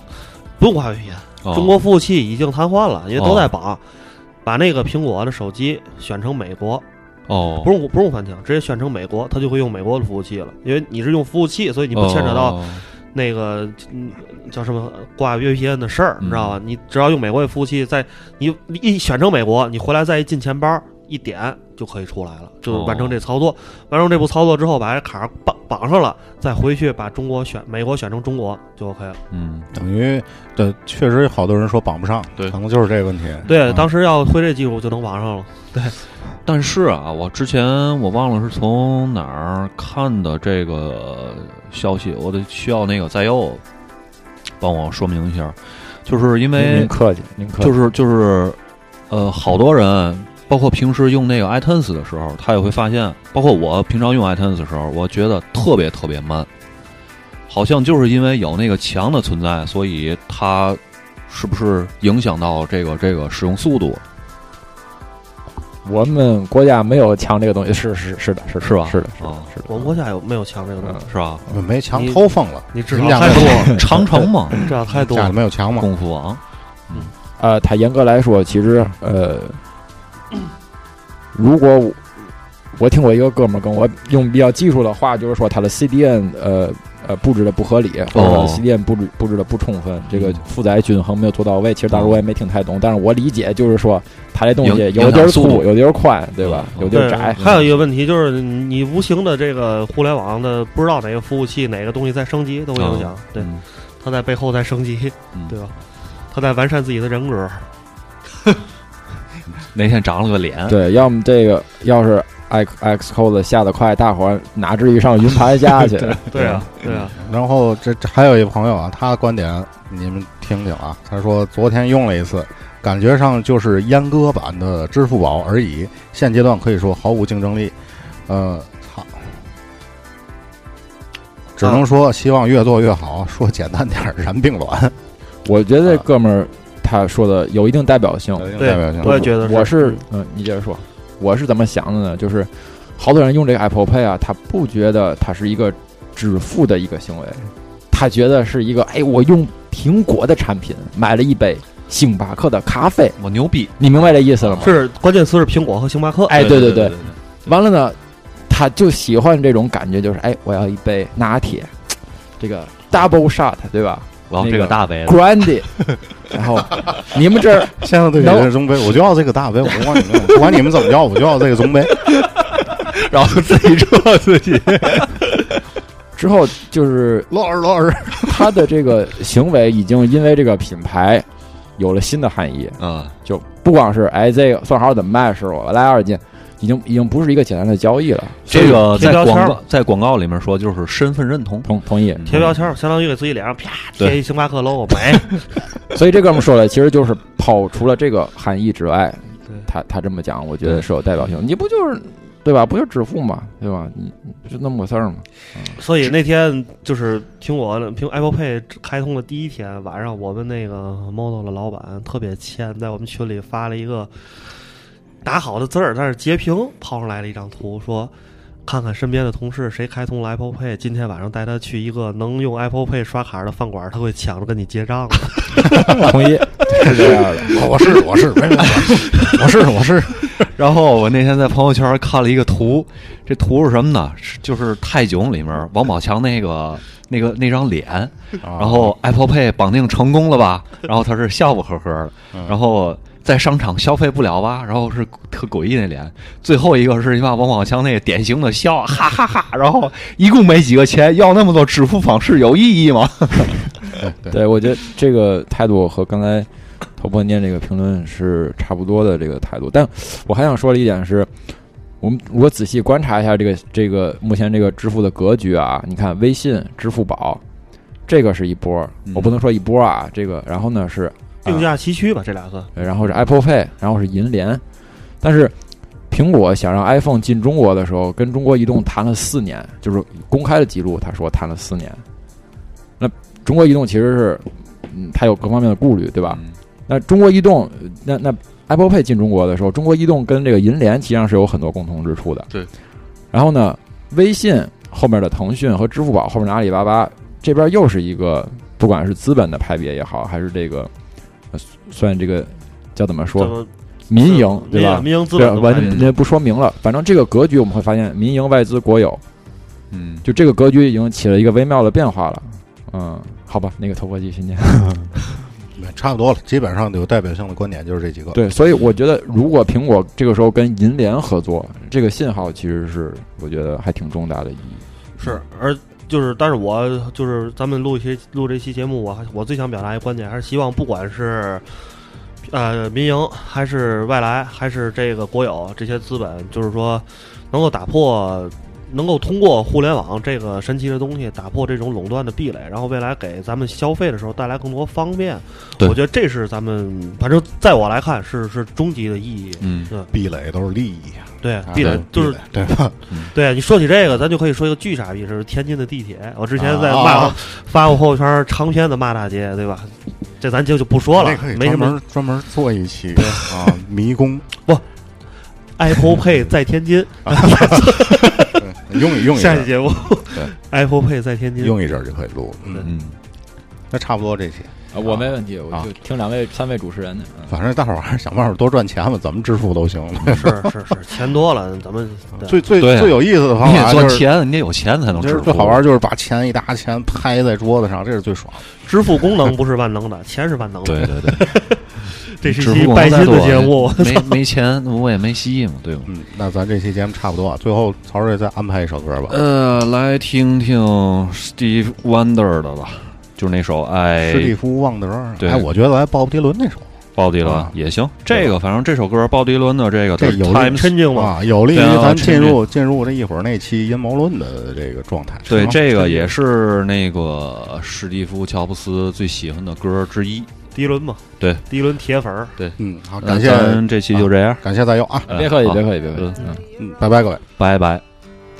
S5: 不用挂 VPN，
S7: 哦
S5: 中国服务器已经瘫痪了，因为都
S7: 哦
S5: 在绑。把那个苹果的手机选成美国，
S7: 哦，
S5: 不用不用翻墙，直接选成美国，它就会用美国的服务器了。因为你是用服务器，所以你不牵扯到
S7: 哦
S5: 那个、嗯叫什么挂 VPN 的事儿，你
S7: 嗯
S5: 知道吧？你只要用美国的服务器，在你你一选成美国，你回来再一进钱包一点就可以出来了，就是
S7: 哦
S5: 完成这操作。完成这步操作之后，把这卡绑绑上了，再回去把中国选美国选成中国就 OK 了。
S7: 嗯，
S6: 等于，对，确实有好多人说绑不上，
S7: 对
S6: 可能就是这个问题。
S5: 对，
S6: 嗯
S5: 当时要推这技术就能绑上了。
S7: 但是啊，我之前我忘了是从哪儿看的这个消息，我得需要那个在右帮我说明一下，就是因
S8: 您
S7: 为
S8: 您客气，您客气。
S7: 就是就是呃，好多人包括平时用那个 iTunes 的时候，他也会发现，包括我平常用 iTunes 的时候，我觉得特别特别慢，好像就是因为有那个墙的存在，所以它是不是影响到这个这个使用速度？
S8: 我们国家没有墙这个东西，是是是的，是的
S7: 是吧
S8: 是的，
S7: 啊
S8: 是的。
S5: 我们国家有没有墙这个东西？
S7: 是吧？
S6: 嗯没墙
S5: 你
S6: 偷风了，
S5: 你知
S6: 你
S5: 道
S6: 们两
S5: 太
S6: 个
S5: 多了，
S7: 长城嘛，
S5: 知道太多
S6: 家
S5: 了
S6: 里。没有墙吗？
S7: 功夫王。
S8: 呃，它严格来说，其实呃，如果我我听我一个哥们儿跟我用比较技术的话，就是说它的 CDN 呃呃布置的不合理，或者
S7: 哦嗯
S8: 说 CDN 布置布置的不充分，这个负载均衡没有做到位。其实当时我也没听太懂，但是我理解就是说它这东西
S7: 影
S8: 有地儿
S7: 影响速
S8: 粗，
S7: 度
S8: 有地儿宽，对吧？
S7: 嗯
S8: 有地
S5: 对，
S8: 儿窄。
S5: 还有一个问题就是，你无形的这个互联网的不知道哪个服务器哪个东西在升级，都会影响。对，
S7: 嗯
S5: 它在背后在升级，
S7: 嗯
S5: 对吧？它在完善自己的人格。
S7: 那天长了个脸，
S8: 对，要么这个要是 X X Code 下的快，大伙儿哪至于上云盘下
S7: *laughs*
S8: 去？
S5: 对啊，对啊，
S6: 然后这这还有一朋友啊，他的观点你们听听啊，他说昨天用了一次，感觉上就是阉割版的支付宝而已，现阶段可以说毫无竞争力。呃，操，只能说希望越做越好，说简单点儿，燃并卵，
S8: 我觉
S7: 啊
S8: 得这哥们儿他说的有一定代表性。
S6: 有
S5: 对
S6: 代表性
S5: 我也觉得
S8: 我是嗯，你接着说，我是怎么想的呢？就是好多人用这个 Apple Pay 啊，他不觉得它是一个支付的一个行为，他觉得是一个哎，我用苹果的产品买了一杯星巴克的咖啡，
S7: 我牛逼。
S8: 你明白这意思了吗？
S5: 是关键词是苹果和星巴克。
S8: 哎，对
S7: 对
S8: 对
S7: 对，，对
S8: 完了呢，他就喜欢这种感觉，就是哎，我要一杯拿铁，这个 double shot，对吧
S7: 我要
S8: 那
S7: 这个
S8: 个
S7: 大杯的，
S8: ？Grande，然后你们这儿
S6: 现在对比
S8: 然后
S6: 这中杯，我就要这个大杯，我不管你们，不管你们怎么要，我就要这个中杯。
S7: *laughs* 然后自己做自己。
S8: 之后就是
S6: 罗二罗二，
S8: 他的这个行为已经因为这个品牌有了新的含义，
S7: *laughs* 嗯，
S8: 就不光是哎这个算好怎么卖是我来二斤，已经已经不是一个简单的交易了。
S7: *laughs* 这个
S5: 贴
S7: 在
S5: 标签
S7: 广
S5: 儿
S7: 告嗯在广告里面说就是身份认同。
S8: 同同意，
S5: 贴标签儿相当于给自己脸上啪
S7: 对
S5: 贴一星巴克 logo，没，
S8: 所以这哥们说的其实就是抛除了这个含义之外，
S5: 对
S8: 他他这么讲，我觉得是有代表性。你不就是对吧？不就指腹嘛，对吧？你你就那么个事儿嘛。
S5: 所以那天就是听我凭 Apple Pay 开通的第一天晚上，我们那个 Model 的老板特别欠，在我们群里发了一个打好的字儿，但是截屏抛上来了一张图，说看看身边的同事谁开通了 Apple Pay，今天晚上带他去一个能用 Apple Pay 刷卡的饭馆，他会抢着跟你结账的。
S8: 同 *laughs* 意，是这样的。
S6: 我我是我是，没没没，我是我是，
S7: 然后我那天在朋友圈看了一个图，这图是什么呢？是就是《泰囧》里面王宝强那个那个那张脸，
S6: 哦
S7: 然后 Apple Pay 绑定成功了吧？然后他是笑不呵呵的，
S6: 嗯
S7: 然后在商场消费不了吧？然后是特诡异那脸，最后一个是你把王宝强那个典型的笑， *laughs* 哈哈哈然后一共没几个钱，要那么多支付方式有意义吗？
S6: 对对
S8: 对，我觉得这个态度和刚才头破念这个评论是差不多的这个态度。但我还想说的一点是，我们如果仔细观察一下这个这个目前这个支付的格局啊，你看微信、支付宝，这个是一波，我不能说一波啊，这个然后呢是
S5: 并驾齐驱吧，这俩算。
S8: 呃然后是 Apple Pay，然后是银联。但是苹果想让 iPhone 进中国的时候，跟中国移动谈了四年，就是公开的记录，他说谈了四年。那中国移动其实是，嗯，它有各方面的顾虑，对
S6: 嗯
S8: 吧？那中国移动，呃那那 Apple Pay 进中国的时候，中国移动跟这个银联实际上是有很多共同之处的。
S6: 对。
S8: 然后呢，微信后面的腾讯和支付宝后面的阿里巴巴，这边又是一个，不管是资本的派别也好，还是这个呃算这个叫怎么说
S5: 这么
S8: 民营对吧？
S5: 民营资
S8: 对，
S5: 本
S8: 完
S5: 都买
S8: 全那不说明了。反正这个格局我们会发现，民营、外资、国有，
S7: 嗯，
S8: 就这个格局已经起了一个微妙的变化了。嗯，好吧，那个头发机新年。
S6: 差不多了，基本上有代表性的观点就是这几个。
S8: 对，所以我觉得，如果苹果这个时候跟银联合作，这个信号其实是我觉得还挺重大的意义。
S5: 是，而就是，但是我就是咱们录一些录这期节目，我还我最想表达一个观点，还是希望不管是呃民营还是外来，还是这个国有这些资本，就是说能够打破。能够通过互联网这个神奇的东西打破这种垄断的壁垒，然后未来给咱们消费的时候带来更多方便，
S7: 对
S5: 我觉得这是咱们反正在我来看是是终极的意义。
S7: 嗯
S6: 壁垒都是利益，
S5: 对
S6: 啊，
S5: 壁垒
S6: 对
S5: 就是
S6: 对吧？
S5: 对啊你说起这个，咱就可以说一个巨傻逼，是天津的地铁。我之前在
S6: 啊
S5: 骂、
S6: 啊
S5: 发过朋友圈长篇的骂大街，对吧？这咱就就不说了
S6: 那可以，
S5: 没什
S6: 专
S5: 么。
S6: 门专门做一期啊，迷 *laughs* 宫
S5: Apple Pay 在天津，
S6: 用一用一
S5: 下
S6: 阵
S5: 期
S6: 儿
S5: 节目
S6: 对
S5: *laughs* Apple Pay 在天津。
S6: 用一阵儿就可以录了。嗯，
S7: 嗯，
S6: 那差不多这些，
S8: 啊，我没问题，我就听两位、三位主持人的。嗯
S6: 反正大伙儿还是想办法多赚钱吧，怎么致富都行。
S5: 是是是，钱多了，咱们对
S6: 最最
S7: 对啊
S6: 最有意思的方
S7: 你
S6: 法
S7: 得
S6: 就
S7: 赚
S6: 是。
S7: 钱，你得有钱才能
S6: 就
S7: 致
S6: 是
S7: 富。
S6: 最好玩，就是把钱一沓钱拍在桌子上，这是最爽的。
S5: 支付功能不是万能的，钱是万能的。
S7: 对对对。
S5: 这是
S7: 只
S5: 一
S7: 不
S5: 期
S7: 过
S5: 拜
S7: 再
S5: 金的
S7: 多
S5: 节
S6: *laughs*
S5: 目。
S7: 没没钱我也没戏嘛，对吧？
S6: 嗯，那咱这期节目差不多啊，最后曹睿再安排一首歌吧。
S7: 呃，来听听 Steve Wonder 的吧，就是那首《爱
S6: 史蒂夫·旺德尔，
S7: 呃对
S6: 哎，我觉得来鲍勃迪伦那首
S7: 鲍迪伦
S6: 啊》
S7: 也行。这个反正这首歌鲍迪伦的这个
S6: 这有力
S7: Times
S5: 沉静嘛，
S6: 啊，有利于
S7: 对啊
S6: 咱进
S7: 陈俊
S6: 入进入这一会儿那期阴谋论的这个状态。
S7: 对
S6: 是吗
S7: 这个也是那个史蒂夫·乔布斯最喜欢的歌之一。
S5: 迪伦嘛，
S7: 对，
S5: 迪伦铁粉儿。
S6: 嗯，好，
S7: 那
S6: 感谢
S7: 呃咱这期就这样，
S6: 感谢再邀啊，
S7: 哎
S8: 别客气，
S7: 好
S8: 别客气，别客
S7: 嗯
S8: 气。嗯。
S6: 嗯，拜拜各位。
S7: 拜拜。
S9: *laughs*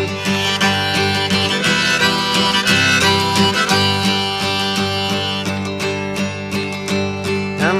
S9: I'm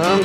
S9: I'm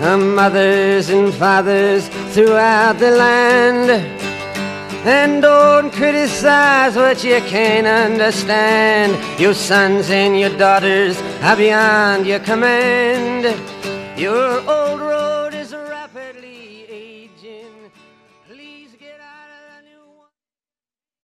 S9: the mothers and fathers throughout the land. And don't criticize what you can't understand. Your sons and your daughters are beyond your command. Your old road.